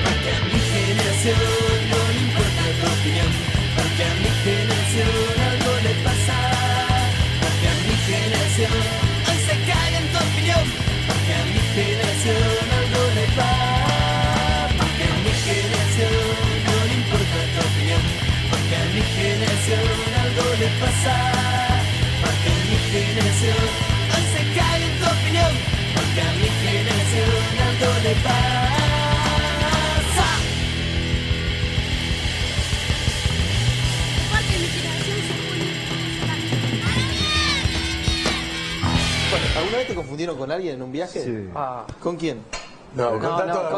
I: Porque a mi generación no le importa tu opinión, porque a mi generación algo le pasa, porque a mi generación hoy se caga en tu opinión, porque a mi generación algo le pasa, porque a mi generación no le importa tu opinión, porque a mi generación algo le pasa, porque a mi generación hoy se caga en tu opinión, porque a mi generación algo le pasa.
M: ¿Alguna vez te confundieron con alguien en un viaje? ¿Con quién?
Q: Ah. No,
F: contá toda, contá
Q: toda,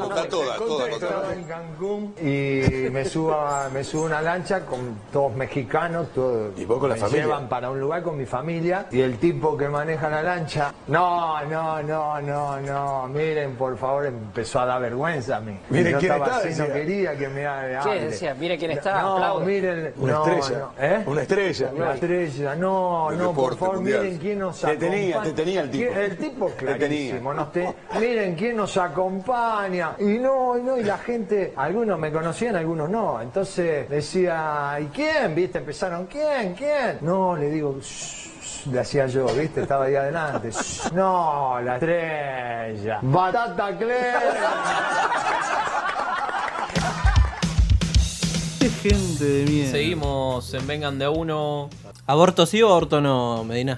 Q: contá toda, toda, contá toda.
F: en Cancún y me subo, a, me subo a una lancha con todos mexicanos, todos. ¿Y vos
Q: con la
F: me
Q: familia?
F: llevan para un lugar con mi familia y el tipo que maneja la lancha, no, no, no, no, no, miren, por favor, empezó a dar vergüenza a mí.
Q: Miren
F: Yo
Q: quién
F: estaba
Q: está,
F: así, no
Q: decía.
F: quería que me hable.
Q: Sí, decía, miren quién está,
F: No,
Q: aplaude.
F: miren,
Q: Una
F: no,
Q: estrella, ¿eh?
F: no.
Q: una estrella.
F: Una estrella, no,
Q: El
F: no, por
Q: deporte
F: favor,
Q: mundial.
F: miren quién nos
Q: Te tenía,
F: acompaña.
Q: te tenía el tipo.
F: ¿Quién- El tipo,
Q: Te tenía.
F: clarísimo, no te- miren quién nos acompaña. Y no, y no, y la gente, algunos me conocían, algunos no. Entonces decía, ¿y quién? ¿Viste? Empezaron, ¿quién? ¿Quién? No, le digo, "Shh", le hacía yo, ¿viste? Estaba ahí adelante. "Shh". No, la estrella. Batata Clara.
H: Qué gente de mierda.
M: Seguimos en Vengan de a uno.
H: ¿Aborto
M: sí o aborto no, Medina?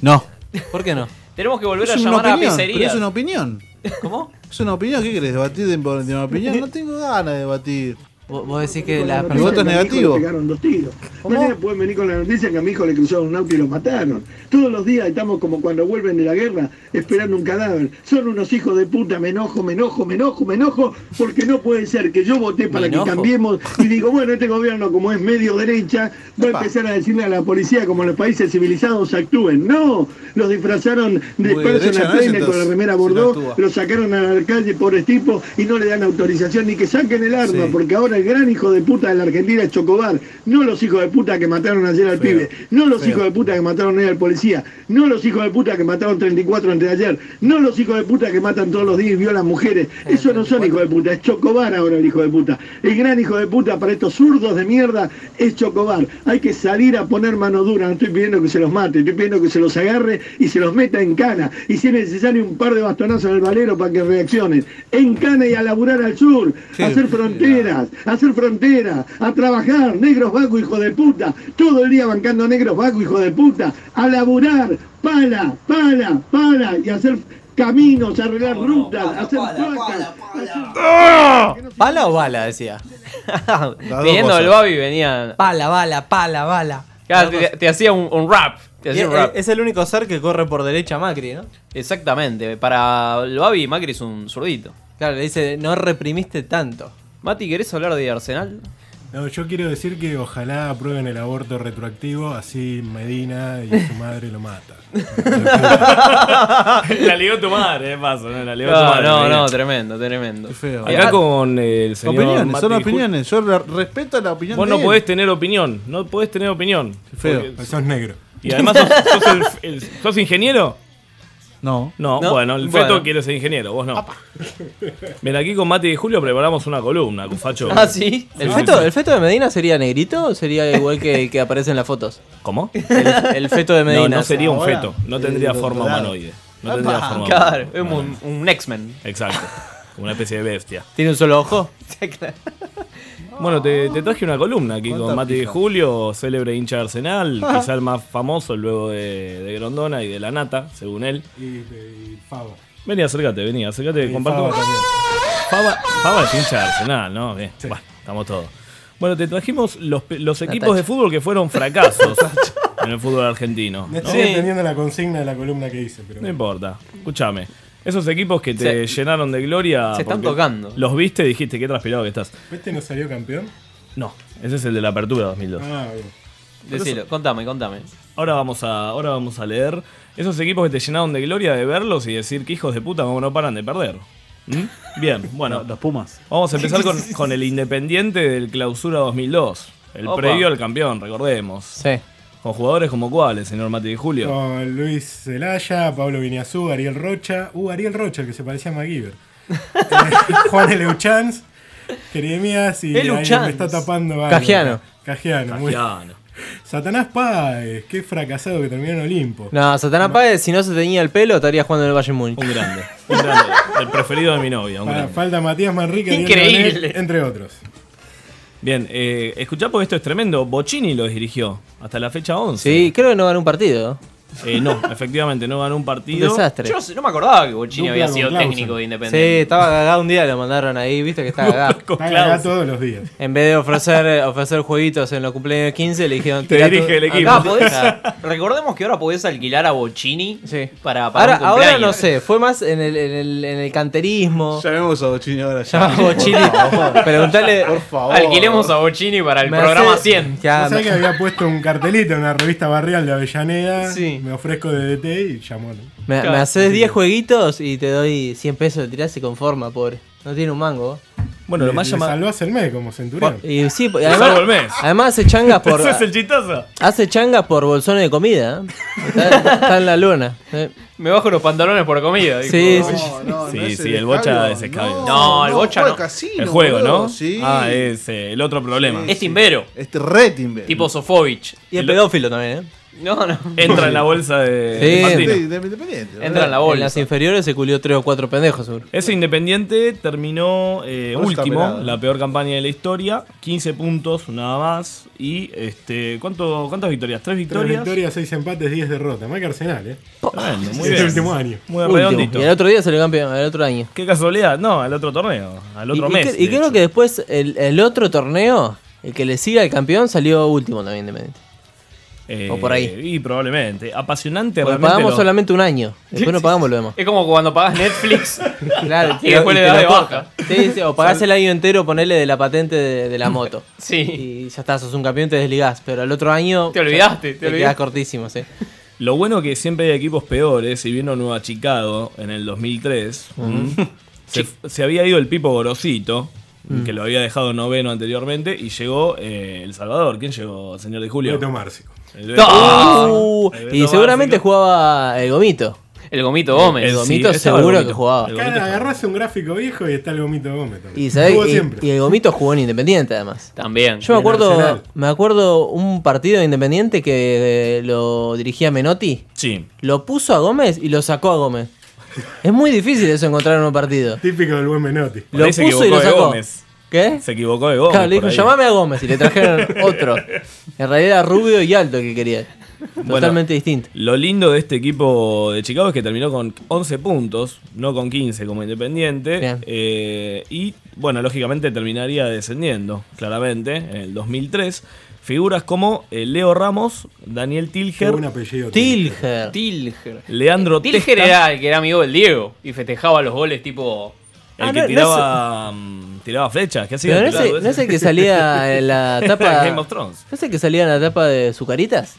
C: No.
M: ¿Por qué no? [LAUGHS] Tenemos que volver
H: Es
M: a
H: una
M: llamar a
H: opinión, pero
M: pizzerías.
H: es una opinión. ¿Cómo? Es una opinión, ¿qué querés? ¿Debatir de, de una opinión? No tengo ganas de debatir.
M: Vos decís que
H: la Mi voto es negativo.
G: Le pegaron dos tiros. Mañana pueden venir con la noticia que a mi hijo le cruzaron un auto y lo mataron. Todos los días estamos como cuando vuelven de la guerra esperando un cadáver. Son unos hijos de puta, me enojo, me enojo, me enojo, me enojo, porque no puede ser que yo voté para que
V: enojo.
G: cambiemos y digo, bueno, este gobierno como es medio derecha, va a empezar a decirle a la policía como los países civilizados actúen. No, los disfrazaron de
Q: Muy derecha no
G: personal
Q: es,
G: trainer con la
Q: entonces,
G: remera
Q: si no
G: bordó,
Q: actúa.
G: lo sacaron a la calle por tipo y no le dan autorización ni que saquen el arma,
Q: Sí.
G: porque ahora el gran hijo de puta de la Argentina es Chocobar, no los hijos de puta que mataron ayer al pibe, no los hijos de puta que mataron ayer al policía, no los hijos de puta que mataron 34 antes de ayer, no los hijos de puta que matan todos los días y violan mujeres, eso no son hijos de puta, es Chocobar ahora el hijo de puta, el gran hijo de puta para estos zurdos de mierda es Chocobar, hay que salir a poner mano dura, no estoy pidiendo que se los mate, estoy pidiendo que se los agarre y se los meta en cana, y si es necesario un par de bastonazos en el valero para que reaccionen, en cana y a laburar al sur, a hacer fronteras, a hacer fronteras, a trabajar, negros vagos hijo de puta, todo el día bancando negros vagos hijo de puta, a laburar, pala, pala, pala, y hacer caminos, arreglar rutas, hacer placas,
M: ¿Pala o bala? Decía.
K: [LAUGHS]
W: dos
M: Viniendo
W: cosas.
M: del Babi venían.
W: Pala, bala, pala, bala.
M: Claro, te, te hacía un, un rap. te hacía
W: Y
M: un
W: es-
M: rap. Es el único ser que corre por derecha Macri, ¿no? Exactamente. Para el Babi, Macri es un zurdito. Claro, le dice, no reprimiste tanto. Mati, ¿querés hablar de [LAUGHS] Arsenal?
O: [LAUGHS] No, yo quiero decir que ojalá aprueben el aborto retroactivo, así Medina y su madre lo matan.
K: [LAUGHS] la ligó tu madre, de paso. No, la ligó tu
J: No,
K: madre.
J: no,
K: Medina.
J: no,
M: tremendo, tremendo. Ah,
H: feo.
K: Acá con el señor.
H: opiniones,
K: Mati
H: son
K: Jul-
H: opiniones. Yo re- respeto la opinión
K: Vos
H: de
K: no
H: él.
K: podés tener opinión. No podés tener opinión.
H: feo.
K: Porque-
O: Sos negro.
K: Y además
C: [LAUGHS]
K: sos, sos el- el- ¿sos ingeniero.
H: No.
K: No,
H: No,
K: bueno, el
H: bueno.
K: feto quiere ser ingeniero, vos no. Mira, aquí con Mati y Julio preparamos una columna, Cufacho.
M: Ah, sí. ¿El,
K: sí,
M: feto,
K: sí.
M: ¿El feto de Medina sería negrito o sería igual que el que aparece en las fotos?
K: ¿Cómo?
M: El, el feto de Medina.
K: No, no sería un feto. No
M: El
K: tendría forma
M: doctorado.
K: humanoide. No tendría
M: Apa.
K: forma
M: Claro,
K: humanoide.
M: es un, un X-Men.
K: Exacto. Como una especie de bestia.
M: ¿Tiene un solo ojo?
K: Bueno, te, te traje una columna aquí con
M: ¿Cuánta
K: Mati de
M: pija?
K: Julio, célebre hincha
M: [LAUGHS]
K: de Arsenal,
O: Ah.
K: quizá el más famoso luego de, de Grondona y de La Nata, según él.
O: [LAUGHS] Y, y Favo.
K: Vení, acércate, vení, acércate,
O: Y
K: comparto.
O: Fava también.
K: Fava, Fava es hincha de Arsenal, ¿no? Bien, bueno, estamos todos. Bueno, te trajimos los, pe- los equipos de fútbol que fueron
M: [LAUGHS]
K: fracasos en el fútbol argentino.
O: No
K: ¿no?
O: estoy entendiendo la consigna de la columna que hice, pero.
K: No importa, escúchame. Esos equipos que te llenaron de gloria.
O: se están
K: porque
O: tocando.
K: Los viste y dijiste, qué transpirado que estás.
O: ¿Este no salió campeón?
K: No, ese es el de la apertura 2002.
O: Ah, bien.
K: Decilo,
M: contame, contame.
K: Ahora vamos, a, ahora vamos a leer esos equipos que te llenaron de gloria de verlos y decir que hijos de puta como no paran de perder. ¿Mm? Bien, bueno. Los
C: Pumas.
K: Vamos a empezar con, con el Independiente del Clausura 2002. El
O: Opa.
K: previo al campeón, recordemos.
M: Sí.
K: Con jugadores como cuáles, señor Mati de Julio.
O: Con Luis Zelaya, Pablo Viniazú, Ariel Rocha. Uh, Ariel Rocha, el que se parecía a
J: [LAUGHS]
O: MacGyver. Eh, Juan Eleuchans, Jeremías y ahí
K: Eleuchans.
O: me está tapando algo.
K: Cajiano.
O: Cajiano, muy
K: Cajiano.
O: Satanás Páez, qué fracasado que terminó en Olimpo.
M: No, Satanás Páez, si no se teñía el pelo, estaría jugando en el Bayern Múnich.
K: Un
J: [LAUGHS]
K: grande. Un grande. El preferido de mi novia. Un
O: Para-
K: grande.
O: falta Matías Manrique, Ariel
K: Increíble.
O: Leonel, entre otros.
K: Bien, eh, escuchá porque esto es tremendo. Bocini lo dirigió hasta la fecha 11.
M: Sí, creo que no ganó un partido.
K: Eh, no, [LAUGHS] efectivamente, no ganó un partido.
J: Desastre.
N: Yo no me acordaba Ah, que Bochini había sido técnico de
J: Sí,
N: Independiente.
J: estaba cagado un día, lo mandaron ahí, viste que
K: [LAUGHS]
J: estaba cagado.
O: Está cagado todos los días.
J: En vez de ofrecer, eh, ofrecer jueguitos en los cumpleaños de 15, le dijeron...
N: Te
J: "Tirá
N: dirige
J: tu-
N: el equipo".
J: Acá [LAUGHS] podés-
N: Ah, Recordemos que ahora podés alquilar a Bochini para, para
J: Ahora,
N: un
J: ahora
N: cumpleaños.
J: no sé, fue más en el, en el, en el canterismo.
H: Llamemos a Bochini ahora.
J: Llamamos a Bochini. Preguntale. Por favor.
N: Alquilemos a Bochini para el
J: Me
N: programa
J: hace-
N: 100.
O: Yo sabía que había puesto un cartelito en una revista barrial de Avellaneda. Me ofrezco de DT y llamó.
J: Me, me haces 10 jueguitos y te doy 100 pesos de tirarse con forma, pobre. No tiene un mango.
O: Le- le Salvó a Selmé como centurión.
J: Y sí, pues,
O: Le
J: además,
O: salvo el mes.
J: además hace
N: [LAUGHS]
J: changas por.
O: Ese es el
N: chistoso.
J: Hace changas por bolsones de comida. ¿eh? Está, está en la luna. ¿eh?
N: Me bajo los pantalones por comida. dijo.
J: Sí,
K: sí, sí, el bocha es escabio.
N: No, el bocha no.
K: el juego, ¿no?
N: Sí.
K: Ah, es eh, el otro problema.
N: es timbero.
H: Este re timbero.
N: Tipo Sofovich.
J: Y es pedófilo también, ¿eh?
N: No, no.
K: Entra en la bolsa de, de Martino.
J: Entra en la bola. En las inferiores se culió 3 o 4 pendejos, seguro.
K: Ese Independiente terminó eh,
J: Ahora está
K: último,
J: pelado.
K: la peor campaña de la historia, 15 puntos nada más y este ¿cuánto, cuántas victorias? Tres
O: Tres
K: victorias.
O: victorias, seis empates, 10 derrotas. Más que Arsenal, ¿eh?
K: Tremendo, muy
O: Es
K: bien.
O: el último año.
K: Muy
J: Último.
K: redondito.
J: Y al otro día salió campeón, al otro año.
K: Qué casualidad, no, al otro torneo, al otro
J: y, y
K: mes.
J: cre-
K: de
J: Y, creo que después el, el otro torneo, el que le siga al campeón, salió último también, Independiente.
K: Eh,
J: O por ahí.
K: Y probablemente. Apasionante.
J: Porque
K: realmente
J: pagamos
K: lo-
J: solamente un año. Después no pagamos lo demás.
K: Eh,
N: Es como cuando pagas Netflix
J: [LAUGHS] Claro,
N: y después
J: y
N: le
J: te
N: das
J: lo
N: de
J: cortan.
N: baja.
J: Sí, sí, o pagás el año entero, ponele de la patente de, de la moto.
N: [LAUGHS] Sí.
J: Y ya estás, sos un campeón, te desligás. Pero al otro año.
N: Te olvidaste, te
J: Te, quedás
N: olvidaste.
J: cortísimo, sí.
K: Lo bueno que siempre hay equipos peores, y vino Nueva Chicago en el 2003,
J: Mm.
K: se, se había ido el Pipo Gorosito,
J: Mm.
K: que lo había dejado noveno anteriormente, y llegó eh, El Salvador. ¿Quién llegó, señor de Julio?
O: Beto Márcico.
K: El Beto
J: Uh,
K: Márcico. El
J: y
K: Beto
J: seguramente jugaba el gomito.
N: El gomito
J: Gómez. El gomito seguro que jugaba.
O: Acá agarrás un gráfico viejo y está el gomito Gómez. también.
J: Y, ¿sabés?
O: Jugó
J: Y-
O: siempre.
J: y el gomito jugó en Independiente además.
N: También.
J: Yo me acuerdo,
O: Arsenal.
J: me acuerdo un partido de Independiente que eh, lo dirigía Menotti.
K: Sí.
J: Lo puso a Gómez y lo sacó a Gómez. Es muy difícil eso encontrar en un partido.
O: Típico del buen Menotti.
K: Por ahí
J: Lo
K: se
J: puso y
K: equivocó
J: lo
K: de
J: sacó.
K: Gómez.
J: ¿Qué?
K: Se equivocó de Gómez.
J: claro, le dijo,
K: por ahí.
J: llamame a Gómez y le trajeron
K: [LAUGHS]
J: otro. En realidad era rubio y alto el que quería. Totalmente distinto.
K: Lo lindo de este equipo de Chicago es que terminó con 11 puntos, no con 15 como Independiente. eh, y bueno, lógicamente terminaría descendiendo, claramente, en el 2003. Figuras como eh, Leo Ramos, Daniel Tilger,
J: Tilger.
N: Tilger.
K: Leandro
N: Tilger
K: Testa.
N: era el que era amigo del Diego y festejaba los goles tipo.
K: el
N: Ah,
K: que
N: no, no
K: tiraba, mm, tiraba flechas. ¿Qué hacía?
J: Pero no
K: el
J: es,
K: pelado
J: el,
K: ese?
J: no es el que salía
K: [LAUGHS]
J: en la tapa.
K: Game of Thrones.
J: ¿No es el que salía en la tapa de Zucaritas?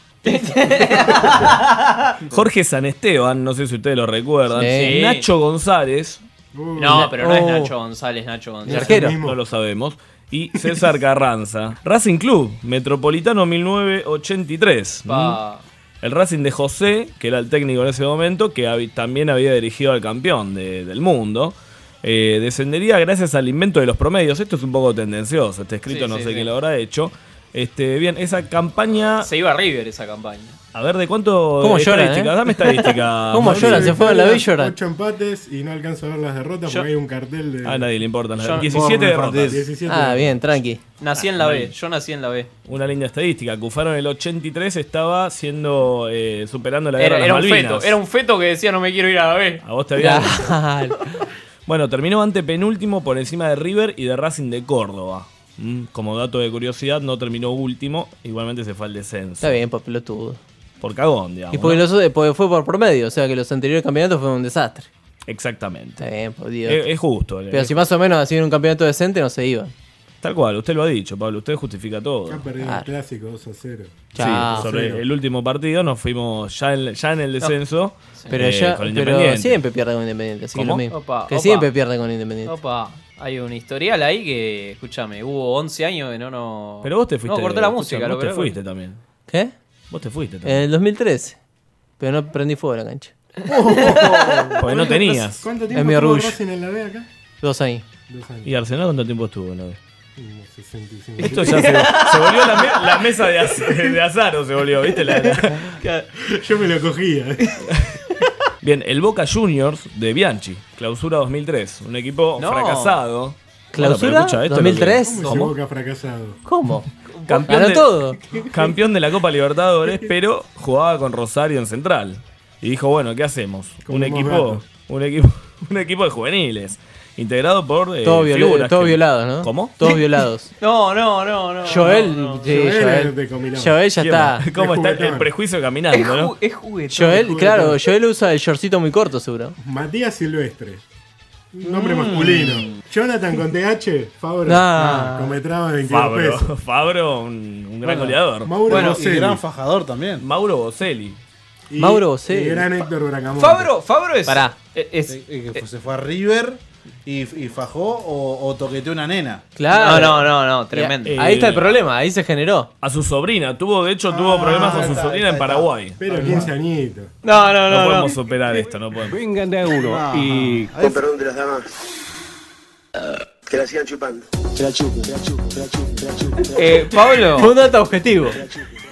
K: Jorge San Esteban, no sé si ustedes lo recuerdan.
N: Sí. Uh.
K: Nacho González.
N: No, pero no es Nacho González, Nacho González.
K: No lo sabemos. Y César
N: [LAUGHS]
K: Carranza. Racing Club, Metropolitano 1983.
N: Pa.
K: Mm. El Racing de José, que era el técnico en ese momento, que hab- también había dirigido al campeón de- del mundo. Eh, descendería gracias al invento de los promedios. Esto es un poco tendencioso. Está escrito,
N: Sí,
K: no
N: sí,
K: sé
N: sí.
K: quién lo habrá hecho. Este, bien, esa campaña.
N: Se iba a River esa campaña.
K: A ver, ¿de cuánto
N: ¿Cómo lloran,
K: estadísticas?
N: eh?
K: Dame
J: [LAUGHS]
K: estadísticas. Mauri.
O: Ocho empates y no alcanzo a ver las derrotas porque hay un cartel de.
K: A nadie le importa.
N: Yo-
K: 17 derrotas.
O: 17
J: Ah, bien, tranqui.
N: Nací en la B, yo nací en la B.
K: Ah, Una linda estadística. Cufaro en el 83 estaba siendo eh, superando la guerra
N: Era,
K: de
N: era
K: las
N: un
K: Malvinas.
N: feto, era un feto que decía no me quiero ir a la B.
K: A vos te habían- [LAUGHS] bueno, terminó antepenúltimo por encima de River y de Racing de Córdoba. Mm, Como dato de curiosidad, no terminó último. Igualmente se fue al descenso.
J: Está bien, por pelotudo.
K: Por cagón, digamos.
J: Y porque,
K: ¿no?
J: los, porque fue por promedio, o sea que los anteriores campeonatos fue un desastre.
K: Exactamente.
J: Está bien, por Dios.
K: Es, es justo. eh.
J: Pero si más o menos hacían un campeonato decente, no se iba.
K: Tal cual, usted lo ha dicho, Pablo. Usted justifica todo.
O: Ya perdí el clásico 2 a 0.
K: Sí, sobre
O: Cero.
K: el último partido nos fuimos ya en, ya en el descenso.
J: Pero,
K: eh,
J: ya,
K: con
J: pero
K: Independiente.
J: siempre pierde con Independiente, así que
K: ¿Cómo?
J: lo mismo.
N: Opa,
J: que
N: opa.
J: siempre pierde con Independiente.
N: Opa, hay un historial ahí que, escúchame, hubo 11 años que no no
K: Pero vos te fuiste.
N: No, cortó la
K: escuchá,
N: música,
K: Vos
N: lo
K: te
N: creo.
K: fuiste también.
J: ¿Qué? Eh.
K: Vos te fuiste
J: En
K: también.
J: el 2013. Pero no prendí fuego a la cancha.
K: Porque no tenías.
O: Oh. ¿Cuánto
J: Es
O: tiempo
J: mi
O: estuvo
J: orgullo.
O: Racing en la B acá?
J: Dos años.
O: Dos años.
K: ¿Y Arsenal cuánto tiempo estuvo? No?
O: Como 65.
K: Esto ya se, se volvió la, me- la mesa de, az- de Azaro, se volvió, ¿viste? La- la-
O: [LAUGHS] Yo me lo cogía. eh.
K: Bien, el Boca Juniors de Bianchi, clausura 2003. Un equipo
N: No.
K: fracasado. Bueno,
J: ¿Clausura?
K: pero escucha, esto es lo que-
O: ¿Cómo?
K: ¿Cómo?
O: Boca fracasado.
J: ¿Cómo?
K: Campeón
I: Ganó
K: de, [LAUGHS]
I: todo.
K: Campeón de la Copa Libertadores, pero jugaba con Rosario en Central. Y dijo, bueno, ¿qué hacemos?
I: Como
K: Un
I: un
K: equipo,
I: rato.
K: un equipo, [LAUGHS] un equipo de juveniles. Integrado por eh,
J: Todos viola-
K: figuras
J: todos
K: que-
J: violados, ¿no?
K: ¿Cómo?
J: Todos
K: [LAUGHS]
J: violados.
X: No, no, no, no.
J: Joel, sí,
K: Joel es
J: Joel.
K: de Comilón.
J: Joel ya
K: ¿Quién
J: está.
K: más? ¿Cómo está el prejuicio caminando, no?
X: Es juguete.
J: Joel, claro, Joel usa el shortcito muy corto, seguro.
O: Matías Silvestre. Nombre
K: Mm.
O: masculino. Jonathan con TH, Fabro.
K: Ah.
O: cometraba 22
K: Fabro,
O: pesos.
K: [LAUGHS] Fabro, un, un gran
O: Bueno,
K: goleador.
O: Mauro Bueno, y Bocelli. gran
K: fajador también. Mauro Bocelli.
O: Y- Y gran Héctor Bracamonte.
I: Fabro, Fabro es.
H: Pará.
I: Es,
H: Eh, que se fue a River y, y fajó o, o toqueteó una nena.
I: Claro. No, no, no, no, tremendo.
K: Eh,
I: Ahí está el problema, ahí se generó.
K: A su sobrina, tuvo, de hecho,
V: Ah,
K: tuvo problemas con su
O: está,
K: sobrina
O: está,
K: en Paraguay.
O: Pero 15 añitos.
I: No, no,
K: No
I: no.
K: podemos superar esto, no podemos.
V: Vengan de a uno
K: Ah.
V: y.
K: Con
V: perdón de las damas. Que la sigan chupando. Te la chupo, te la chupo, te la chupo, te la chupo.
I: Eh, Pablo.
J: Fue un dato objetivo.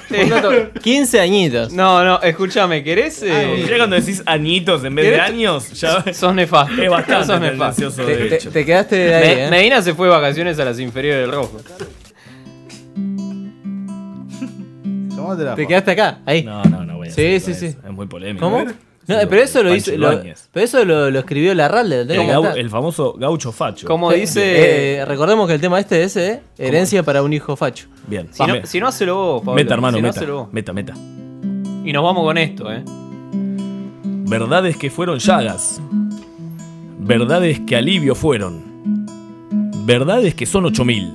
I: Fue un dato-
J: 15 añitos.
I: No, no, escúchame, ¿querés? eh,
K: Ya Ah, cuando decís añitos en vez de
I: ¿Querés?
K: años, ya
I: Sos nefasto.
K: es bastante
I: Sos nefasto.
K: tendencioso, de hecho.
J: quedaste
K: ahí,
I: Me-
K: eh.
I: Medina se fue de vacaciones a las inferiores del rojo.
J: Te quedaste acá, ahí.
K: No, no, no, voy a
J: Sí, sí, sí.
K: Es muy polémico.
J: ¿Cómo?
K: Sí,
J: No,
K: lo-
J: pero eso lo
K: Pancho
J: hizo. Lo,
K: Ibáñez.
J: pero eso lo, lo escribió Larralde. lo tenés
K: el,
J: que
K: gau-
J: cantar.
K: el famoso gaucho facho.
I: Como dice-
J: Eh, eh, recordemos que el tema este es eh, herencia para un hijo facho.
K: Bien.
I: Si no,
K: Pame.
I: si no, hacelo vos, Pablo.
K: Meta, hermano,
I: Si no,
K: meta,
I: hacelo vos.
K: meta, meta.
I: Y nos vamos con esto, eh.
K: Verdades que fueron llagas. Verdades que alivio fueron. Verdades que son 8000.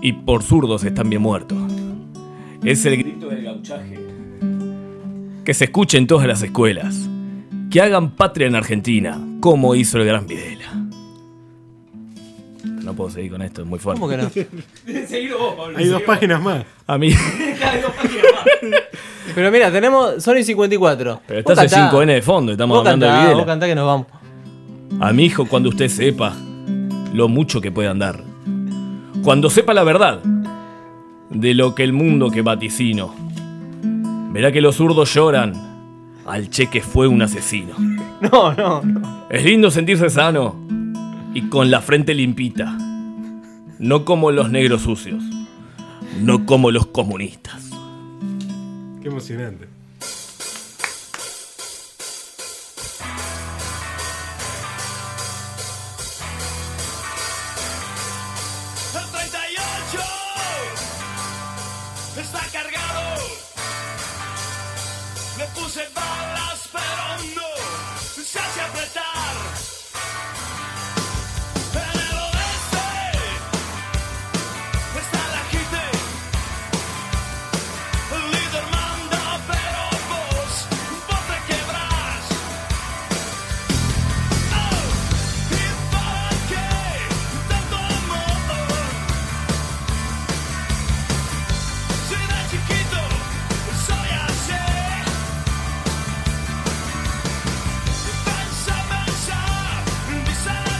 K: Y por zurdos están bien muertos. Es el grito del gauchaje. Que se escuche en todas las escuelas. Que hagan patria en Argentina, como hizo el gran Videla. No puedo seguir con esto, es muy fuerte.
J: ¿Cómo que no?
I: Seguilo vos, Pablo.
O: Hay dos páginas más.
K: A
O: [LAUGHS]
K: mí.
J: [LAUGHS] Pero mira, tenemos Sony 54.
K: Pero estás en 5N de fondo, estamos hablando de Videla.
J: Vos cantá que nos vamos.
K: A mi hijo cuando usted sepa lo mucho que puede andar. Cuando sepa la verdad de lo que el mundo que vaticino. Verá que los zurdos lloran al che que fue un
J: [LAUGHS]
K: asesino.
I: No, no, no.
K: Es lindo sentirse sano y con la frente limpita. No como los negros sucios. No como los comunistas.
O: Qué emocionante.
V: El 38 está cargado. Me puse balas, pero no se hace apretar. En el oeste está la gente. El líder manda, pero vos, vos te quebras. Oh, ¿y para qué tanto amor? Si de chiquito soy así Pensa, pensa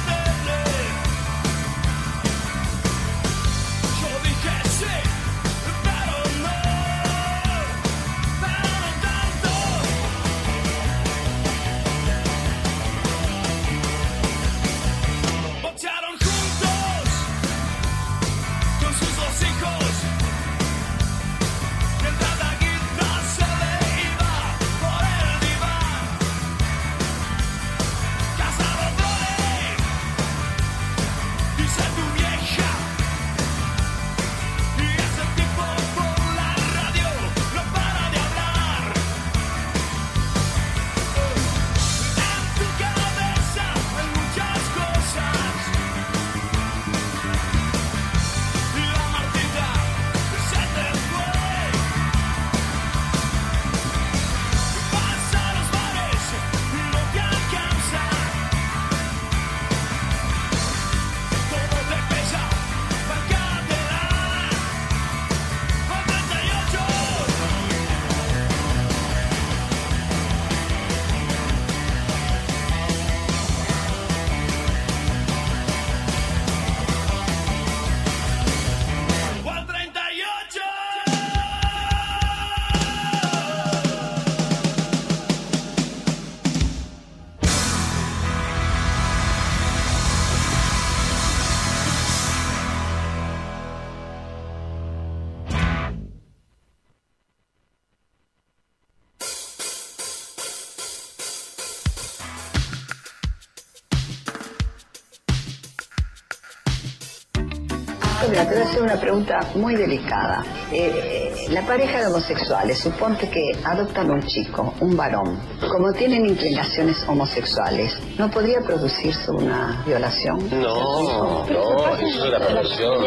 U: Mira, te voy a hacer una pregunta muy delicada. Eh, eh, la pareja de homosexuales, suponte que adoptan un chico, un varón. Como tienen inclinaciones homosexuales, ¿no podría producirse una violación?
I: No, no, eso es la perversión.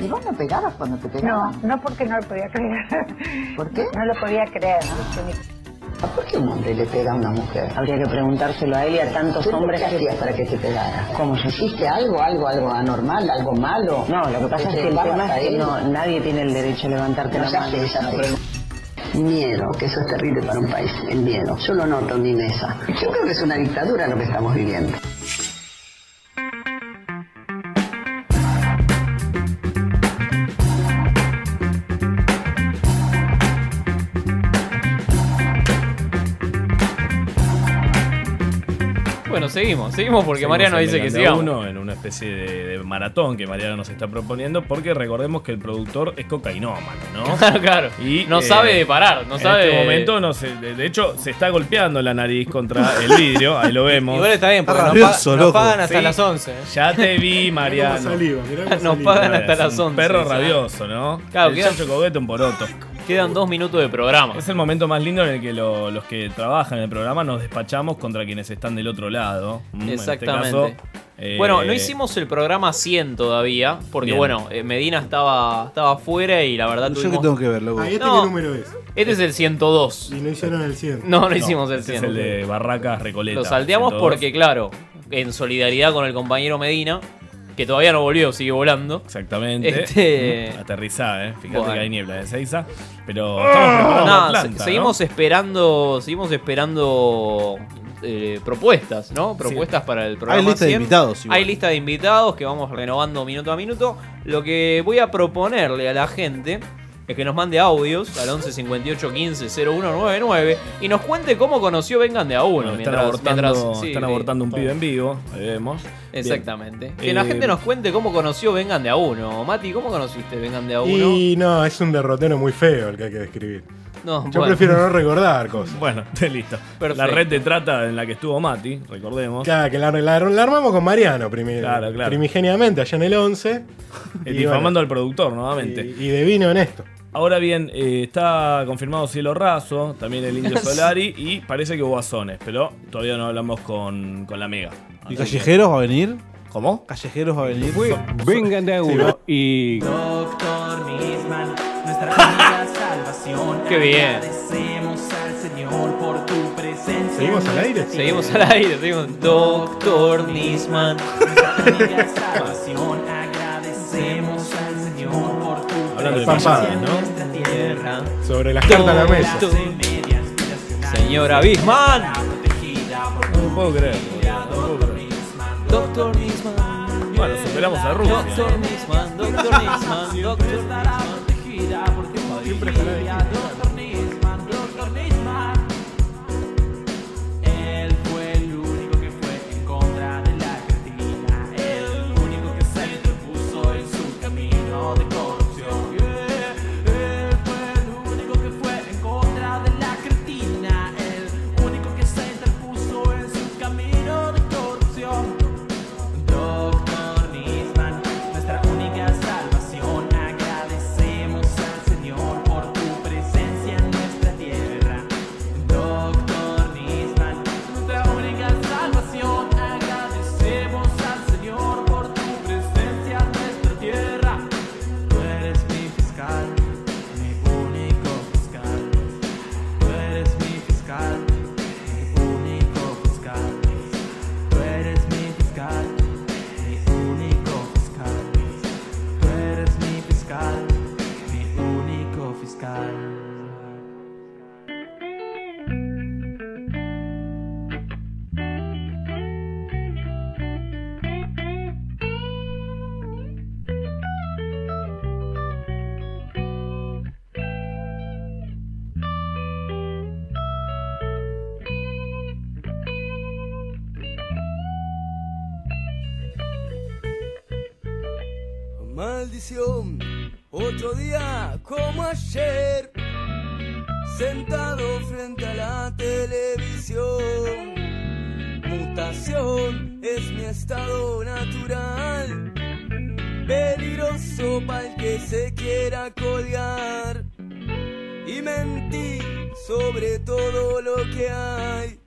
U: ¿Y vos no pegabas cuando te
G: No,
U: pegaban?
G: no porque no lo podía creer.
U: ¿Por qué?
G: No lo podía creer.
U: ¿Por qué un hombre le pega a una mujer? Habría que preguntárselo a él y a tantos hombres. ¿Qué hacías para que te pegara? ¿Cómo yo? ¿Hiciste algo, algo, algo anormal, algo malo? No, lo que pasa es que el tema es que no, nadie tiene el derecho a levantarte la mano. Miedo, que eso es terrible para un país, el miedo. Yo lo noto en mi mesa. Yo creo que es una dictadura lo que estamos viviendo.
J: Bueno, seguimos, seguimos porque
K: Seguimos
J: Mariano
K: en
J: dice que
K: Vengan de
J: sigamos.
K: Uno en una especie de, de maratón que Mariano nos está proponiendo, porque recordemos que el productor es cocainómano, ¿no?
J: [LAUGHS] Claro, claro.
K: Y, eh,
J: No sabe de parar, no sabe
K: En este
J: de-
K: momento, no se- de de hecho, se está golpeando la nariz contra
J: [LAUGHS]
K: el vidrio, ahí lo vemos.
Y: Igual está bien, porque nos, pa- nos pagan hasta
K: Sí.
Y: las 11.
J: ¿eh?
K: Ya te vi,
Y: Ah,
K: Mariano.
Y: Mirá cómo saliva, mirá
J: [LAUGHS]
Y: cómo Nos saliva. pagan hasta
K: Es
Y: las
K: un
Y: 11,
K: Perro
Y: sí.
K: rabioso, ¿no?
J: Claro,
K: el
J: quedan-
K: chancho cogete un poroto.
J: Quedan dos minutos de programa.
K: Es el momento más lindo en el que lo- los que trabajan en el programa nos despachamos contra quienes están del otro lado. Mm, en este
J: Exactamente.
K: caso, eh,
J: Bueno, no hicimos el programa 100 todavía, porque
K: Bien.
J: bueno, eh, Medina estaba, estaba afuera y la verdad
H: Yo
J: tuvimos...
H: que tengo que ver, loco.
O: Ah, ¿y este
J: No.
O: qué número es?
J: Este es el 102.
O: Y no hicieron el 100.
J: No, no hicimos el
K: este
J: 100.
K: es el de Barracas Recoleta.
J: Lo salteamos
K: 102.
J: porque, claro, en solidaridad con el compañero Medina, que todavía no volvió, sigue volando.
K: Exactamente.
J: Este...
K: Aterrizada, ¿eh? Fíjate
J: Bueno. ¡Oh!
K: que hay niebla de Seiza. Pero estamos preparando
J: Nada,
K: Atlanta,
J: se-
K: ¿no?
J: seguimos esperando, seguimos esperando eh, propuestas, ¿no? Propuestas para el programa.
H: Hay lista de
J: 100.
H: invitados igual.
J: Hay lista de invitados que vamos renovando minuto a minuto. Lo que voy a proponerle a la gente es que nos mande audios al 11 58 15 0199 y nos cuente cómo conoció Vengan de a uno.
K: Bueno, están
J: mientras,
K: abortando,
J: mientras- sí,
K: están
J: sí.
K: abortando un pibe en vivo, ahí vemos. Bien.
J: Exactamente. Que la
K: Eh,
J: gente nos cuente cómo conoció Vengan de a uno. Mati, ¿cómo conociste Vengan de a uno?
O: Y no, es un derrotero muy feo el que hay que describir.
J: No,
O: Yo
J: bueno.
O: prefiero no recordar cosas.
K: Bueno, [LAUGHS] listo.
J: Perfecto.
K: La red de trata en la que estuvo Mati, recordemos.
O: Claro, que la, la- la armamos con Mariano primero.
K: Claro, claro.
O: Primigeniamente, allá en el 11.
K: Eh,
O: Y
K: difamando
O: bueno,
K: al productor nuevamente.
O: Y, y devino en esto.
K: Ahora bien, eh, está confirmado Cielo Raso, también el Indio
O: Sí.
K: Solari y parece que Guasones, pero todavía no hablamos con, con la Mega.
H: ¿Y Callejeros va a venir?
K: ¿Cómo?
H: ¿Callejeros va a venir?
Z: Vengan de a uno y.
N: Doctor Nisman, nuestra vida salvación.
J: [LAUGHS] Qué bien.
N: Agradecemos al Señor por tu presencia.
J: ¿Seguimos al aire? Seguimos al aire, seguimos. Doctor Nisman.
N: Salvación, agradecemos al Señor por tu
O: Hablando de
N: presencia
O: papadas,
N: en
O: ¿no?
N: nuestra tierra.
O: Sobre las cartas a la mesa.
N: Todas en medias
J: Señora Bisman.
K: No lo puedo creer. boludo, no lo puedo creer.
N: Doctor Nisman.
K: Bueno, superamos a Rusia.
N: Doctor Nisman, Doctor Nisman, Doctor Nisman. protegida por tu familia, Doctor Nisman, Doctor Nisman. Él fue el único que fue en contra de la cretina. El único que se interpuso en su camino de corrupción. Yeah. Él fue el único que fue en contra de la cretina. El único que se interpuso en su camino de corrupción. Doctor Nisman, nuestra única salvación. Agradecemos al Señor por tu presencia en nuestra tierra. Doctor Nisman, nuestra única salvación. Agradecemos al Señor por tu presencia en nuestra tierra. Tú eres mi fiscal, mi único fiscal. Tú eres mi fiscal, mi único fiscal. Tú eres mi fiscal, mi único fiscal. Tú eres mi fiscal, mi único fiscal.
Z: Maldición, otro día como ayer, sentado frente a la televisión. Mutación es mi estado natural.
N: peligroso para el que se quiera colgar. Y mentí sobre todo lo que hay.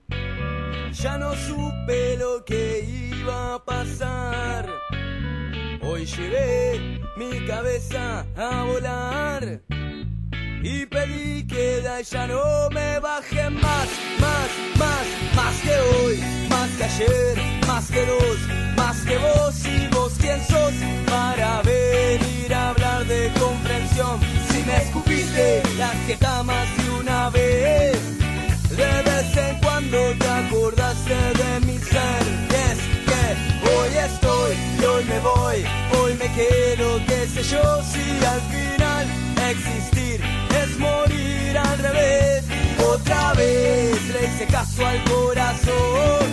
N: Ya no supe lo que iba a pasar. Hoy llevé mi cabeza a volar. Y pedí que de ahí ya no me baje más, más, más, más que hoy, más que ayer, más que dos, más que vos y vos quién sos para venir a hablar de comprensión. Si me escupiste las que más de una vez, de vez en cuando te acordaste de mi ser. Y es que hoy estoy y hoy me voy, hoy me quedo, qué sé yo, si al final existir es morir al revés. Otra vez le hice caso al corazón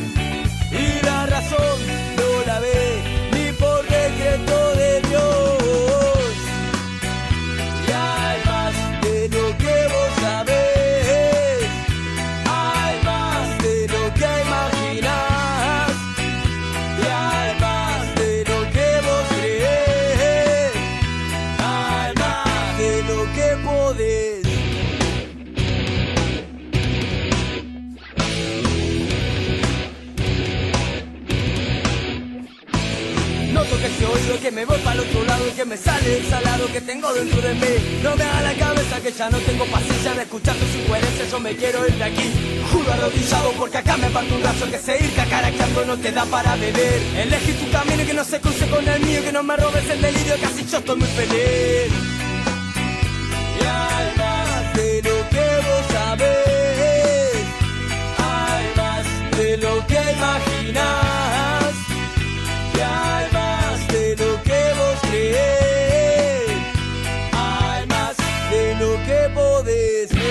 N: y la razón no la ve ni por decreto de Dios. Ya hay más de lo que vos sabés, hay más de lo que imaginás, y hay más de lo que vos creés, hay más de lo que podés. Noto que se oído que me voy para el otro lado que me sale el salado que tengo dentro de mí No me haga la cabeza que ya no tengo paciencia de escuchar tus incoherencias Yo me quiero ir de aquí, juro arrodillado porque acá me falta un rayo Que seguir cacaracando no te da para beber Elegí tu camino y que no se cruce con el mío Que no me robes el delirio que así yo estoy muy feliz Y hay más de lo que vos sabés Hay más de lo que imaginás y hay más de lo que vos creés, hay más de lo que podés ver.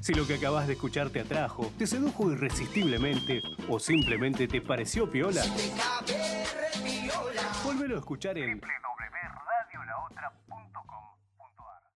A: Si lo que acabas de escuchar te atrajo, te sedujo irresistiblemente o simplemente te pareció piola, volvelo a escuchar en